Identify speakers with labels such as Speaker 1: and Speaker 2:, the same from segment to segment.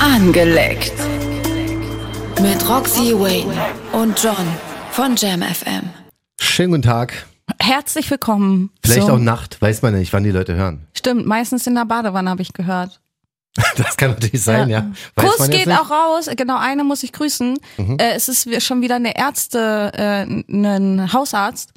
Speaker 1: Angeleckt. Mit Roxy Wayne und John von Jam FM.
Speaker 2: Schönen guten Tag.
Speaker 3: Herzlich willkommen.
Speaker 2: Vielleicht
Speaker 3: zum-
Speaker 2: auch Nacht, weiß man ja nicht, wann die Leute hören.
Speaker 3: Stimmt, meistens in der Badewanne habe ich gehört.
Speaker 2: Das kann natürlich sein, ja. Weiß
Speaker 3: Kuss
Speaker 2: man jetzt
Speaker 3: geht
Speaker 2: nicht. Mhm.
Speaker 3: auch raus. Genau, eine muss ich grüßen. Äh, es ist wir- schon wieder eine Ärzte, äh, ein Hausarzt,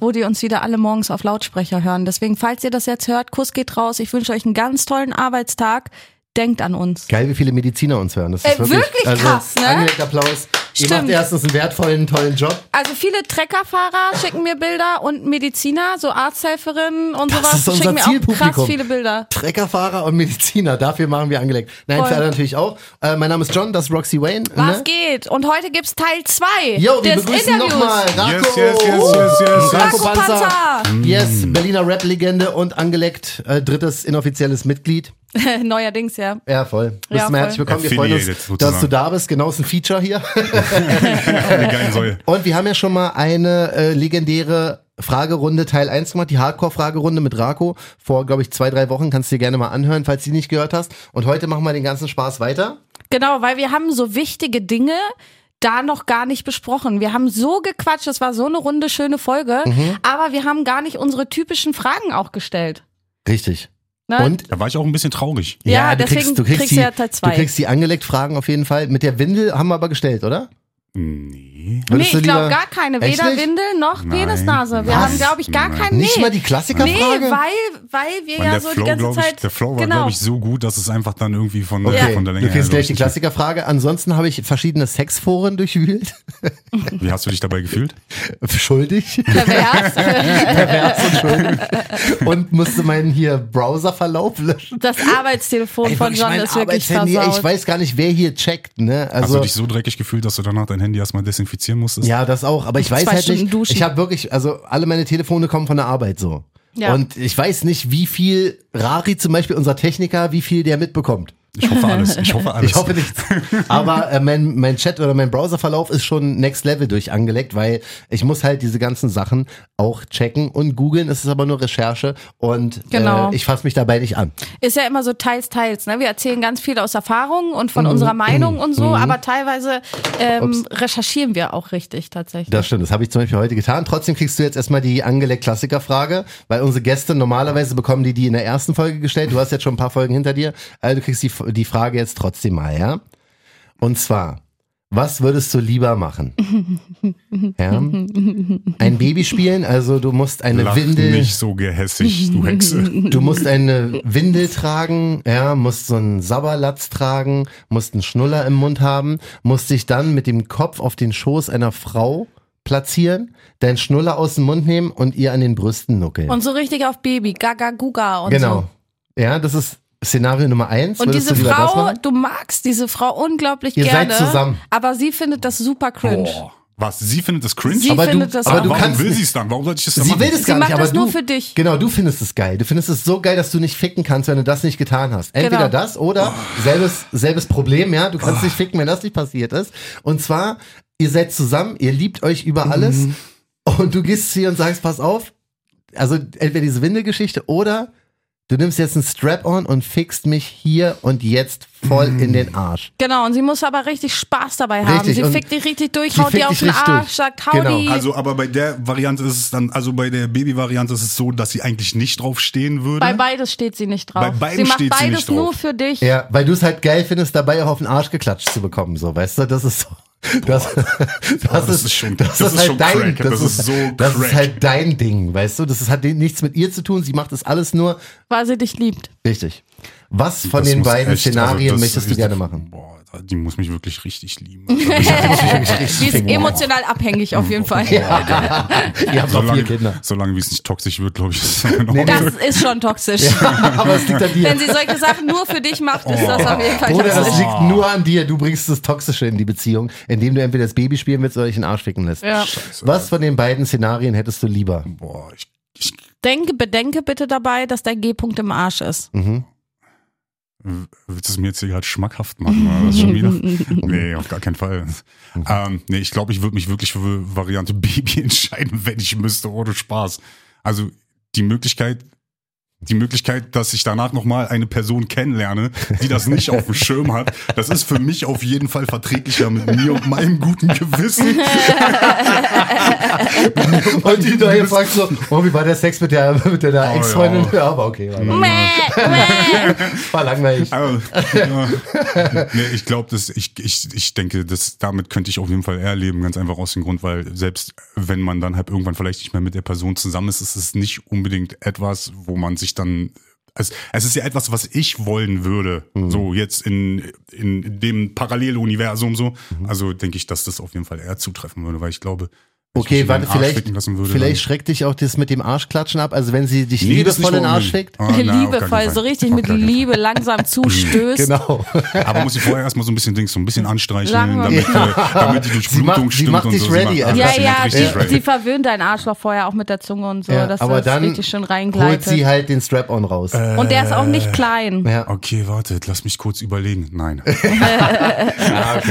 Speaker 3: wo die uns wieder alle morgens auf Lautsprecher hören. Deswegen, falls ihr das jetzt hört, Kuss geht raus. Ich wünsche euch einen ganz tollen Arbeitstag. Denkt an uns.
Speaker 2: Geil, wie viele Mediziner uns hören. Das ist
Speaker 3: Äh, wirklich
Speaker 2: also,
Speaker 3: krass, ne?
Speaker 2: angelegter Applaus. Ihr
Speaker 3: Stimmt.
Speaker 2: macht erstens einen wertvollen, tollen Job.
Speaker 3: Also viele Treckerfahrer schicken mir Bilder und Mediziner, so Arzthelferinnen und
Speaker 2: Das ist
Speaker 3: sowas
Speaker 2: unser
Speaker 3: schicken mir auch krass
Speaker 2: Zielpublikum.
Speaker 3: viele Bilder.
Speaker 2: Treckerfahrer und Mediziner, dafür machen wir angelegt. Nein,
Speaker 3: Voll.
Speaker 2: für alle natürlich auch. Äh, mein Name ist John, das ist Roxy Wayne.
Speaker 3: Was
Speaker 2: ne?
Speaker 3: geht? Und heute gibt's Teil 2
Speaker 2: Yo, wir
Speaker 3: des
Speaker 2: begrüßen
Speaker 3: Interviews.
Speaker 2: nochmal Rako. Uh,
Speaker 4: Yes, yes, yes, yes, Mm. yes,
Speaker 2: Rako
Speaker 4: yes.
Speaker 3: Rako
Speaker 2: Panzer.
Speaker 3: Panzer.
Speaker 2: Yes, Berliner Rap-Legende und angeleckt, äh, drittes inoffizielles Mitglied.
Speaker 3: Neuerdings, ja.
Speaker 2: Ja, voll. Bist
Speaker 3: Ja,
Speaker 2: mal herzlich
Speaker 3: voll.
Speaker 2: willkommen. Wir freuen
Speaker 4: Affiliated
Speaker 2: uns,
Speaker 4: sozusagen.
Speaker 2: dass du da bist. Genau, ist ein Feature hier.
Speaker 4: Eine geile Säule.
Speaker 2: Und wir haben ja schon mal eine äh, legendäre Fragerunde Teil 1 gemacht, die Hardcore-Fragerunde mit Rako. Vor, glaube ich, zwei, drei Wochen kannst du dir gerne mal anhören, falls du die nicht gehört hast. Und heute machen wir den ganzen Spaß weiter.
Speaker 3: Genau, weil wir haben so wichtige Dinge da noch gar nicht besprochen. Wir haben so gequatscht, es war so eine runde, schöne Folge,
Speaker 2: Mhm.
Speaker 3: aber wir haben gar nicht unsere typischen Fragen auch gestellt.
Speaker 2: Richtig.
Speaker 3: Ne?
Speaker 2: Und
Speaker 4: Da war ich auch ein bisschen traurig.
Speaker 3: Ja,
Speaker 2: du
Speaker 3: deswegen
Speaker 2: kriegst, du kriegst,
Speaker 3: kriegst
Speaker 2: die,
Speaker 3: du ja Teil zwei.
Speaker 2: Du kriegst die angelegt Fragen auf jeden Fall. Mit der Windel haben wir aber gestellt, oder?
Speaker 4: Nee.
Speaker 3: nee,
Speaker 2: Würdest du
Speaker 3: ich glaube
Speaker 2: lieber-
Speaker 3: gar keine.
Speaker 2: Echt
Speaker 3: Weder
Speaker 2: nicht?
Speaker 3: Windel noch
Speaker 4: Nein.
Speaker 3: Penisnase. Wir
Speaker 4: Was?
Speaker 3: haben, glaube ich, gar
Speaker 4: Nein.
Speaker 3: keinen.
Speaker 2: Nicht
Speaker 3: nee.
Speaker 2: mal die
Speaker 3: Nee,
Speaker 2: Klassikerfrage?
Speaker 3: weil, weil wir
Speaker 4: Mann,
Speaker 3: ja
Speaker 4: der,
Speaker 3: so die
Speaker 4: Flow,
Speaker 3: ganze
Speaker 4: glaub ich,
Speaker 3: Zeit.
Speaker 4: der Flow war,
Speaker 3: genau.
Speaker 4: glaube ich, so gut, dass es einfach dann irgendwie von, der-
Speaker 2: Okay,
Speaker 4: von der Länge
Speaker 2: du kriegst
Speaker 4: her,
Speaker 2: gleich die
Speaker 4: glaub ich,
Speaker 2: Klassikerfrage. Ansonsten habe ich verschiedene Sexforen durchwühlt.
Speaker 4: nicht- Wie hast du dich dabei gefühlt?
Speaker 2: Schuldig.
Speaker 3: Pervers.
Speaker 2: Pervers und schuldig. Und musste meinen hier Browserverlauf löschen.
Speaker 3: Das Arbeitstelefon von
Speaker 2: wirklich,
Speaker 3: John
Speaker 2: mein
Speaker 3: ist wirklich
Speaker 2: Arbeitshandy, ey,
Speaker 3: versaut.
Speaker 2: Ich weiß gar nicht, wer hier checkt. Ne?
Speaker 4: Hast
Speaker 2: Also,
Speaker 4: du dich so dreckig gefühlt, dass du danach dein Handy erstmal desinfizieren musstest?
Speaker 2: ja, das auch. Aber ich weiß
Speaker 3: Zwei
Speaker 2: halt
Speaker 3: Stunden
Speaker 2: nicht.
Speaker 3: duschen.
Speaker 2: Ich habe wirklich, also alle meine Telefone kommen von der Arbeit so.
Speaker 3: Ja.
Speaker 2: Und ich weiß nicht, wie viel Rari zum Beispiel, unser Techniker, wie viel der mitbekommt.
Speaker 4: Ich hoffe alles. Ich hoffe alles.
Speaker 2: Ich hoffe nichts. Aber äh, mein, mein Chat oder mein Browserverlauf ist schon Next Level durch angelegt, weil ich muss halt diese ganzen Sachen auch checken und googeln. Es ist aber nur Recherche und
Speaker 3: Genau.
Speaker 2: äh, ich fasse mich dabei nicht an.
Speaker 3: ist ja immer so teils, teils. Ne? Wir erzählen ganz viel aus Erfahrungen und
Speaker 2: Mhm.
Speaker 3: von unserer Meinung und so, aber teilweise ähm, recherchieren wir auch richtig tatsächlich.
Speaker 2: Das stimmt, das habe ich zum Beispiel heute getan. Trotzdem kriegst du jetzt erstmal die angelegt Klassikerfrage, weil unsere Gäste normalerweise bekommen die die in der ersten Folge gestellt. Du hast jetzt schon ein paar Folgen hinter dir. Also du kriegst die, die Frage jetzt trotzdem mal, ja? Und zwar, was würdest du lieber machen? ja? Ein Baby spielen, also du musst eine
Speaker 4: Lach
Speaker 2: Windel,
Speaker 4: nicht so gehässig, du Hexe.
Speaker 2: du musst eine Windel tragen, ja, musst so einen Sabberlatz tragen, musst einen Schnuller im Mund haben, musst dich dann mit dem Kopf auf den Schoß einer Frau platzieren, deinen Schnuller aus dem Mund nehmen und ihr an den Brüsten nuckeln.
Speaker 3: Und so richtig auf Baby, Gaga Guga und
Speaker 2: genau.
Speaker 3: so.
Speaker 2: Ja, das ist Szenario Nummer eins.
Speaker 3: Und
Speaker 2: Würdest
Speaker 3: diese
Speaker 2: du lieber das
Speaker 3: Frau,
Speaker 2: machen?
Speaker 3: du magst diese Frau unglaublich
Speaker 2: Ihr seid
Speaker 3: gerne.
Speaker 2: zusammen.
Speaker 3: Aber sie findet das super cringe.
Speaker 4: Boah. Was? Sie findet das cringe?
Speaker 3: Sie
Speaker 2: Aber du-
Speaker 3: findet das
Speaker 2: aber
Speaker 3: auch.
Speaker 2: du
Speaker 4: Warum
Speaker 2: kannst
Speaker 4: will
Speaker 2: nicht-
Speaker 4: sie es dann? Warum sollte ich es dann
Speaker 2: Sie
Speaker 4: machen?
Speaker 2: will das gar
Speaker 3: Sie
Speaker 2: nicht,
Speaker 3: macht
Speaker 2: aber
Speaker 3: das
Speaker 2: du,
Speaker 3: nur für dich.
Speaker 2: Genau, du findest es geil. Du findest es so geil, dass du nicht ficken kannst, wenn du das nicht getan hast. Entweder
Speaker 3: Genau.
Speaker 2: das oder selbes, selbes Problem, ja. Du kannst nicht ficken, wenn das nicht passiert ist. Und zwar, ihr seid zusammen, ihr liebt euch über alles und du gehst zu ihr und sagst, pass auf. Also entweder diese Windelgeschichte oder du nimmst jetzt einen Strap-on und fickst mich hier und jetzt voll in den Arsch.
Speaker 3: Genau, und sie muss aber richtig Spaß dabei haben.
Speaker 2: Richtig,
Speaker 3: Sie
Speaker 2: und
Speaker 3: fickt dich richtig durch,
Speaker 2: sie
Speaker 3: haut
Speaker 2: fickt
Speaker 3: dir auf
Speaker 2: dich
Speaker 3: den
Speaker 2: richtig durch.
Speaker 3: Arsch, sagt hau
Speaker 2: Genau.
Speaker 3: die.
Speaker 4: Also, aber bei der Variante ist es dann, also bei der Baby-Variante ist es so, dass sie eigentlich nicht drauf stehen würde.
Speaker 2: ne?
Speaker 3: bei beides steht sie nicht drauf.
Speaker 4: Bei beidem
Speaker 3: sie macht
Speaker 4: steht sie
Speaker 3: beides
Speaker 4: nicht drauf.
Speaker 3: nur für dich.
Speaker 2: Ja, weil du es halt geil findest, dabei auch auf den Arsch geklatscht zu bekommen, so, weißt du, das ist so. Das, das,
Speaker 4: das ist schon-
Speaker 2: das,
Speaker 4: das
Speaker 2: ist
Speaker 4: ist
Speaker 2: halt
Speaker 4: schon
Speaker 2: dein,
Speaker 4: crack. Das ist so
Speaker 2: das
Speaker 4: crack.
Speaker 2: ist halt dein Ding, weißt du? Das hat nichts mit ihr zu tun. Sie macht das alles nur
Speaker 3: Weil sie dich liebt.
Speaker 2: richtig. Was von
Speaker 4: Das
Speaker 2: den
Speaker 4: muss
Speaker 2: beiden
Speaker 4: echt-
Speaker 2: Szenarien
Speaker 4: also das
Speaker 2: möchtest du
Speaker 4: ist-
Speaker 2: gerne machen?
Speaker 4: Boah, die muss mich wirklich richtig lieben. Also,
Speaker 3: Äh, Sie ist emotional abhängig auf jeden Fall.
Speaker 2: Ihr habt auch vier Kinder.
Speaker 4: solange, solange wie es nicht toxisch wird, glaube ich, ist es in Ordnung.
Speaker 3: Das ist schon toxisch.
Speaker 2: Aber es liegt an dir.
Speaker 3: Wenn sie solche Sachen nur für dich macht, ist das auf jeden Fall
Speaker 2: Oder Oh. das
Speaker 3: toxisch.
Speaker 4: Oh.
Speaker 2: liegt nur an dir. Du bringst das Toxische in die Beziehung, indem du entweder das Baby spielen willst oder dich in den Arsch ficken lässt.
Speaker 3: Ja.
Speaker 2: Was von den beiden Szenarien hättest du lieber?
Speaker 4: Boah, ich, ich,
Speaker 3: Denke, bedenke bitte dabei, dass dein G-Punkt im Arsch ist.
Speaker 2: Mhm.
Speaker 4: willst du es mir jetzt hier gerade schmackhaft machen? Oder was schon wieder? Nee, auf gar keinen Fall. Ähm, nee, ich glaube, ich würde mich wirklich für Variante Baby entscheiden, wenn ich müsste, ohne Spaß. Also die Möglichkeit, die Möglichkeit, dass ich danach nochmal eine Person kennenlerne, die das nicht auf dem Schirm hat, das ist für mich auf jeden Fall verträglicher mit mir und meinem guten Gewissen.
Speaker 2: Und die da jetzt fragst so, oh, wie war der Sex mit der, mit der,
Speaker 4: Oh,
Speaker 2: Ex-Freundin?
Speaker 4: ja. Mhm.
Speaker 2: Ja. aber okay, war, lang-
Speaker 3: Mäh, mäh.
Speaker 2: war langweilig.
Speaker 4: Also,
Speaker 3: Ah.
Speaker 4: ja. nee, ich glaube, dass ich, ich, ich denke, dass damit könnte ich auf jeden Fall eher leben, ganz einfach aus dem Grund, weil selbst wenn man dann halt irgendwann vielleicht nicht mehr mit der Person zusammen ist, ist es nicht unbedingt etwas, wo man sich dann. Es, es ist ja etwas, was ich wollen würde.
Speaker 2: Mhm.
Speaker 4: So jetzt in, in dem Paralleluniversum so.
Speaker 2: Mhm.
Speaker 4: Also denke ich, dass das auf jeden Fall eher zutreffen würde, weil ich glaube, wenn ich
Speaker 2: Okay,
Speaker 4: mich in
Speaker 2: warte,
Speaker 4: den Arsch
Speaker 2: vielleicht,
Speaker 4: ficken lassen würde,
Speaker 2: vielleicht schreckt dich auch das mit dem Arschklatschen ab. Also wenn sie dich
Speaker 4: dann- Nee, das
Speaker 2: liebevoll
Speaker 4: nicht
Speaker 2: in den
Speaker 4: mal
Speaker 2: Arsch
Speaker 4: unbedingt.
Speaker 2: schickt.
Speaker 4: Ah, na, auf gar keinen
Speaker 3: Liebevoll,
Speaker 4: Fall.
Speaker 3: so richtig
Speaker 4: Auf
Speaker 3: mit
Speaker 4: gar keinen Fall.
Speaker 3: Liebe langsam zustößt.
Speaker 2: Genau.
Speaker 4: Aber muss ich vorher erstmal so ein bisschen Dings, so ein bisschen anstreicheln,
Speaker 3: Sagen wir
Speaker 4: damit,
Speaker 2: mal.
Speaker 4: äh, damit die
Speaker 2: Sie macht-
Speaker 4: Durchblutung
Speaker 2: sie
Speaker 4: stimmt
Speaker 2: macht
Speaker 4: und
Speaker 2: dich
Speaker 4: so.
Speaker 2: ready,
Speaker 4: macht-
Speaker 2: also.
Speaker 3: Ja,
Speaker 4: sie macht
Speaker 3: ja,
Speaker 4: richtig
Speaker 3: sie, sie
Speaker 4: ready.
Speaker 3: verwöhnt dein Arschloch vorher auch mit der Zunge und so,
Speaker 2: Ja,
Speaker 3: dass
Speaker 2: aber
Speaker 3: das
Speaker 2: dann
Speaker 3: richtig schön
Speaker 2: holt
Speaker 3: reingleitet.
Speaker 2: sie halt den Strap-on raus.
Speaker 4: Äh.
Speaker 3: und der ist auch nicht klein.
Speaker 2: ja.
Speaker 4: Okay, wartet, lass mich kurz überlegen. Nein. Ah,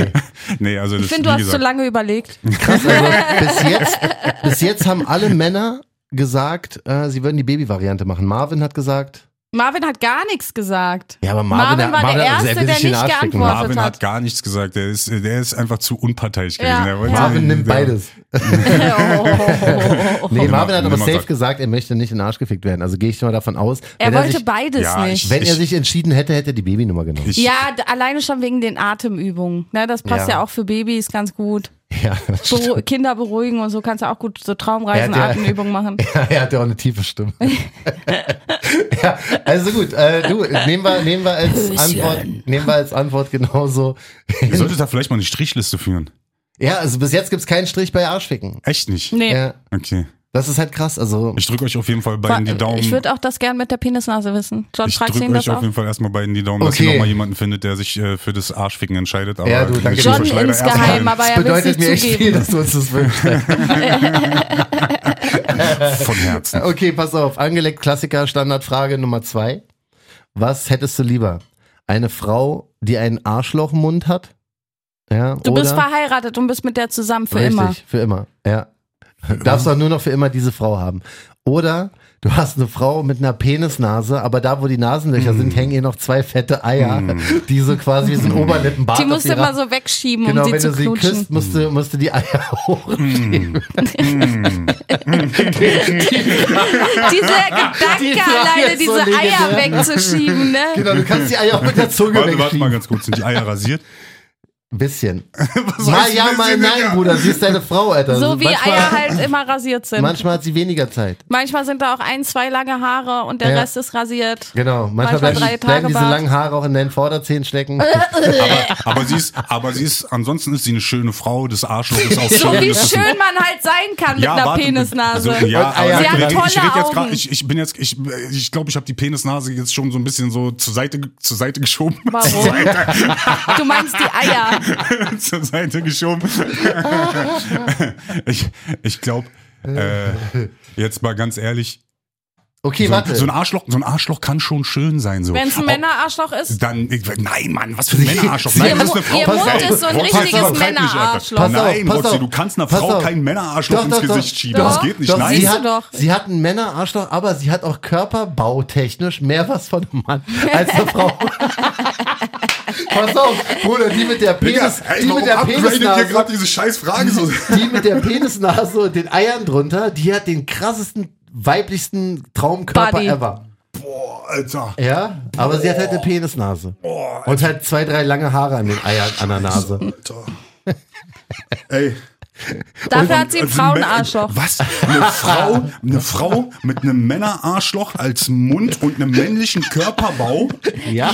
Speaker 4: Nee, also das,
Speaker 3: Ich finde, du
Speaker 4: wie
Speaker 3: hast zu
Speaker 4: gesagt,
Speaker 3: lange überlegt.
Speaker 2: Krass, also bis, jetzt, bis jetzt haben alle Männer gesagt, äh, sie würden die Baby-Variante machen. Marvin hat gesagt.
Speaker 3: Marvin hat gar nichts gesagt.
Speaker 2: Ja, aber
Speaker 3: Marvin war der
Speaker 2: hat gesagt, er
Speaker 3: Erste,
Speaker 2: will
Speaker 3: der
Speaker 2: sich in den
Speaker 3: nicht
Speaker 2: Arsch ficken.
Speaker 3: geantwortet
Speaker 4: Marvin hat
Speaker 3: hat.
Speaker 4: gar nichts gesagt. Der ist, der ist einfach zu unparteiisch gewesen.
Speaker 3: Ja,
Speaker 4: Der wollte-
Speaker 2: Marvin nimmt
Speaker 4: der- Genau,
Speaker 2: beides.
Speaker 3: Oh.
Speaker 2: Nee, Marvin hat
Speaker 4: nimm
Speaker 2: aber
Speaker 4: mal
Speaker 2: safe
Speaker 4: Sack.
Speaker 2: gesagt, er möchte nicht in den Arsch gefickt werden. Also gehe ich mal davon aus.
Speaker 3: Er
Speaker 2: wenn
Speaker 3: wollte
Speaker 2: sich,
Speaker 3: beides
Speaker 4: Ja,
Speaker 3: nicht.
Speaker 2: Wenn er
Speaker 4: Ich-
Speaker 2: sich entschieden hätte, hätte er die Babynummer genommen.
Speaker 4: Ich,
Speaker 3: ja, d- alleine schon wegen den Atemübungen. Ne, das passt
Speaker 2: Ja.
Speaker 3: ja. auch für Babys ganz gut.
Speaker 2: ja, das stimmt.
Speaker 3: Beru Kinder beruhigen und so kannst du auch gut so Traumreisen,
Speaker 2: Ja, der-
Speaker 3: Atemübungen machen.
Speaker 2: Ja, er hat ja auch eine tiefe Stimme. ja, also gut, äh, du, nehmen wir, nehmen wir als Antwort, nehmen wir als Antwort genauso.
Speaker 4: Ihr solltet da vielleicht mal eine Strichliste führen.
Speaker 2: Ja, also bis jetzt gibt's keinen Strich bei Arschficken.
Speaker 4: Echt nicht?
Speaker 3: Nee.
Speaker 2: Ja,
Speaker 4: Okay.
Speaker 2: das ist halt krass. Also,
Speaker 4: Ich drücke euch auf jeden Fall beiden die Daumen.
Speaker 3: Ich würde auch das gern mit der Penisnase wissen. John,
Speaker 4: Ich
Speaker 3: fragst du
Speaker 4: drücke
Speaker 3: ihn das
Speaker 4: euch auf
Speaker 3: auch?
Speaker 4: jeden Fall erstmal beiden die Daumen, dass
Speaker 2: Okay.
Speaker 4: ihr nochmal jemanden findet, der sich äh, für das Arschficken entscheidet. Aber
Speaker 2: Ja, du, danke.
Speaker 4: ich muss
Speaker 3: John
Speaker 4: euch leider erst
Speaker 3: insgeheim,
Speaker 4: mal
Speaker 3: aber
Speaker 2: das
Speaker 3: er will es
Speaker 2: bedeutet mir
Speaker 3: nicht
Speaker 2: echt viel,
Speaker 3: zugeben.
Speaker 2: dass du uns das wünschst.
Speaker 4: Von Herzen.
Speaker 2: Okay, pass auf. Angeleckt Klassiker, Standardfrage Nummer zwei. Was hättest du lieber? Eine Frau, die einen Arschlochmund hat? Ja,
Speaker 3: Du
Speaker 2: oder?
Speaker 3: bist verheiratet und bist mit der zusammen für
Speaker 2: Richtig,
Speaker 3: immer.
Speaker 2: für immer. Ja. Darfst auch nur noch für immer diese Frau haben. Oder du hast eine Frau mit einer Penisnase, aber da, wo die Nasenlöcher
Speaker 4: Mm.
Speaker 2: sind, hängen ihr noch zwei fette Eier, die so quasi wie so ein Oberlippenbart.
Speaker 3: Die
Speaker 2: auf
Speaker 3: musst du
Speaker 2: ihrer-
Speaker 3: immer so wegschieben,
Speaker 2: Genau,
Speaker 3: um sie
Speaker 2: wenn
Speaker 3: zu
Speaker 2: du sie
Speaker 3: knutschen.
Speaker 2: küsst, musst du, musst du die Eier hochnehmen.
Speaker 3: Diese Gedanke
Speaker 2: Die Frage
Speaker 3: alleine,
Speaker 2: ist so
Speaker 3: diese Eier
Speaker 2: legendär.
Speaker 3: wegzuschieben, ne?
Speaker 2: Genau, du kannst die Eier auch mit der Zunge
Speaker 4: Warte, warte
Speaker 2: wegschieben.
Speaker 4: mal ganz kurz. Sind die Eier rasiert?
Speaker 2: Ein bisschen.
Speaker 4: Was
Speaker 2: Mal
Speaker 4: heißt ein
Speaker 2: ja,
Speaker 4: bisschen,
Speaker 2: mal nein,
Speaker 4: Digga?
Speaker 2: Bruder. Sie ist deine Frau, Alter. Also
Speaker 3: So wie
Speaker 2: manchmal,
Speaker 3: Eier halt immer rasiert sind.
Speaker 2: Manchmal hat sie weniger Zeit.
Speaker 3: Manchmal sind da auch ein, zwei lange Haare und der
Speaker 2: Ja.
Speaker 3: Rest ist rasiert.
Speaker 2: Genau. Manchmal,
Speaker 3: Manchmal drei
Speaker 2: bleiben, bleiben
Speaker 3: Tage
Speaker 2: diese
Speaker 3: Bart.
Speaker 2: langen Haare auch in deinen Vorderzähnen stecken.
Speaker 4: Aber, aber sie ist, aber sie ist, ansonsten ist sie eine schöne Frau, das Arschloch ist auch
Speaker 3: So
Speaker 4: schön.
Speaker 3: wie
Speaker 4: das ist
Speaker 3: schön man halt sein kann mit einer
Speaker 4: warte,
Speaker 3: Penisnase.
Speaker 4: So, ja,
Speaker 2: Und Eier.
Speaker 4: aber
Speaker 2: Sie
Speaker 4: ich
Speaker 2: haben
Speaker 4: red-
Speaker 3: tolle
Speaker 4: ich, red jetzt grad,
Speaker 3: Augen.
Speaker 4: ich, ich bin jetzt, ich ich, glaube, ich habe die Penisnase jetzt schon so ein bisschen so zur Seite, ge- zur Seite geschoben.
Speaker 3: Warum? Du meinst die Eier.
Speaker 4: zur Seite geschoben. ich ich glaube, äh, jetzt mal ganz ehrlich,
Speaker 2: Okay,
Speaker 4: so,
Speaker 2: warte.
Speaker 4: so ein Arschloch, so ein Arschloch kann schon schön sein. So.
Speaker 3: Wenn es ein
Speaker 4: Ob-
Speaker 3: Männerarschloch ist.
Speaker 4: Dann, ich- nein, Mann, was für ein Männerarschloch.
Speaker 2: Sie-
Speaker 4: Nein, das ist
Speaker 3: Ihr
Speaker 4: eine Frau.
Speaker 3: Mund
Speaker 4: Pass auf,
Speaker 3: ist so ein
Speaker 4: Roxy,
Speaker 2: richtiges
Speaker 4: das übertreibt mich, Alter.
Speaker 3: Männerarschloch.
Speaker 2: Pass auf,
Speaker 4: Nein,
Speaker 2: pass
Speaker 4: Roxy,
Speaker 2: auf.
Speaker 4: du kannst einer
Speaker 2: Pass
Speaker 4: Frau
Speaker 2: auf.
Speaker 4: kein Männerarschloch
Speaker 2: Doch,
Speaker 4: ins
Speaker 2: doch, doch.
Speaker 4: Gesicht schieben. Das
Speaker 3: Doch.
Speaker 4: geht nicht.
Speaker 2: Doch,
Speaker 4: Nein,
Speaker 2: sie
Speaker 3: Siehst du
Speaker 2: hat,
Speaker 3: doch.
Speaker 2: sie hat einen Männerarschloch, aber sie hat auch körperbautechnisch mehr was von einem Mann als eine Frau. Pass auf, Bruder, die mit der
Speaker 4: Digga,
Speaker 2: Penis,
Speaker 4: ey,
Speaker 2: die
Speaker 4: warum
Speaker 2: mit der
Speaker 4: upgradet ihr
Speaker 2: Penisnase,
Speaker 4: gerade diese scheiß Frage so?
Speaker 2: die mit der Penisnase und den Eiern drunter, die hat den krassesten weiblichsten Traumkörper
Speaker 3: Buddy.
Speaker 2: ever.
Speaker 4: Boah, Alter.
Speaker 2: Ja, aber sie hat
Speaker 4: Oh.
Speaker 2: halt eine Penisnase. Und
Speaker 4: also
Speaker 2: halt zwei, drei lange Haare an den Eiern, an der Nase.
Speaker 4: Alter. Ey.
Speaker 3: Dafür hat sie ein
Speaker 4: Also ein
Speaker 3: Frauenarschloch.
Speaker 4: Mä- Was? Eine Frau, eine Frau mit einem Männerarschloch als Mund und einem männlichen Körperbau,
Speaker 2: Ja?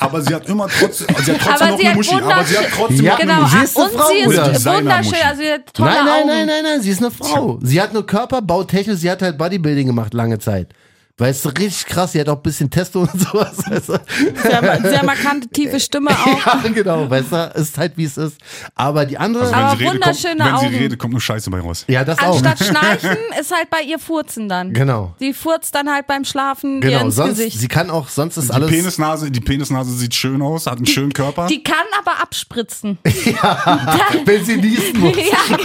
Speaker 4: aber sie hat immer trotzdem, sie hat trotzdem
Speaker 3: Aber
Speaker 4: noch
Speaker 3: sie
Speaker 4: eine
Speaker 3: hat
Speaker 4: Muschi, aber sie hat
Speaker 3: wunderschön-
Speaker 4: trotzdem
Speaker 2: Ja.
Speaker 4: noch eine
Speaker 3: Genau,
Speaker 2: Sie
Speaker 3: und
Speaker 2: ist eine Frau,
Speaker 3: sie
Speaker 4: oder?
Speaker 3: ist
Speaker 4: Designermuschel.
Speaker 3: wunderschön, also sie hat tolle
Speaker 2: Nein, nein,
Speaker 3: Augen.
Speaker 2: nein, nein, nein, sie ist eine Frau. Sie hat nur Körperbautechnisch, sie hat halt Bodybuilding gemacht lange Zeit. Weißt du, richtig krass, sie hat auch ein bisschen Testo und sowas. Weißt du?
Speaker 3: Sehr, sehr markante, tiefe Stimme auch.
Speaker 2: Ja, genau, weißt du, ist halt wie es ist. Aber die andere,
Speaker 4: Also Wenn
Speaker 3: Aber
Speaker 4: sie redet, kommt,
Speaker 3: wunderschöne
Speaker 4: wenn sie
Speaker 3: Augen.
Speaker 4: redet, kommt nur Scheiße bei raus.
Speaker 2: ja, das auch.
Speaker 3: Anstatt Schnarchen ist halt bei ihr Furzen dann.
Speaker 2: Genau.
Speaker 3: Sie furzt dann halt beim Schlafen ihr
Speaker 2: Genau,
Speaker 3: ins
Speaker 2: sonst,
Speaker 3: Gesicht.
Speaker 2: sie kann auch, sonst ist
Speaker 4: Die
Speaker 2: alles.
Speaker 4: Penisnase, die Penisnase sieht schön aus, hat einen schönen Körper.
Speaker 3: Die kann aber abspritzen.
Speaker 2: wenn sie niesen muss.
Speaker 3: ja,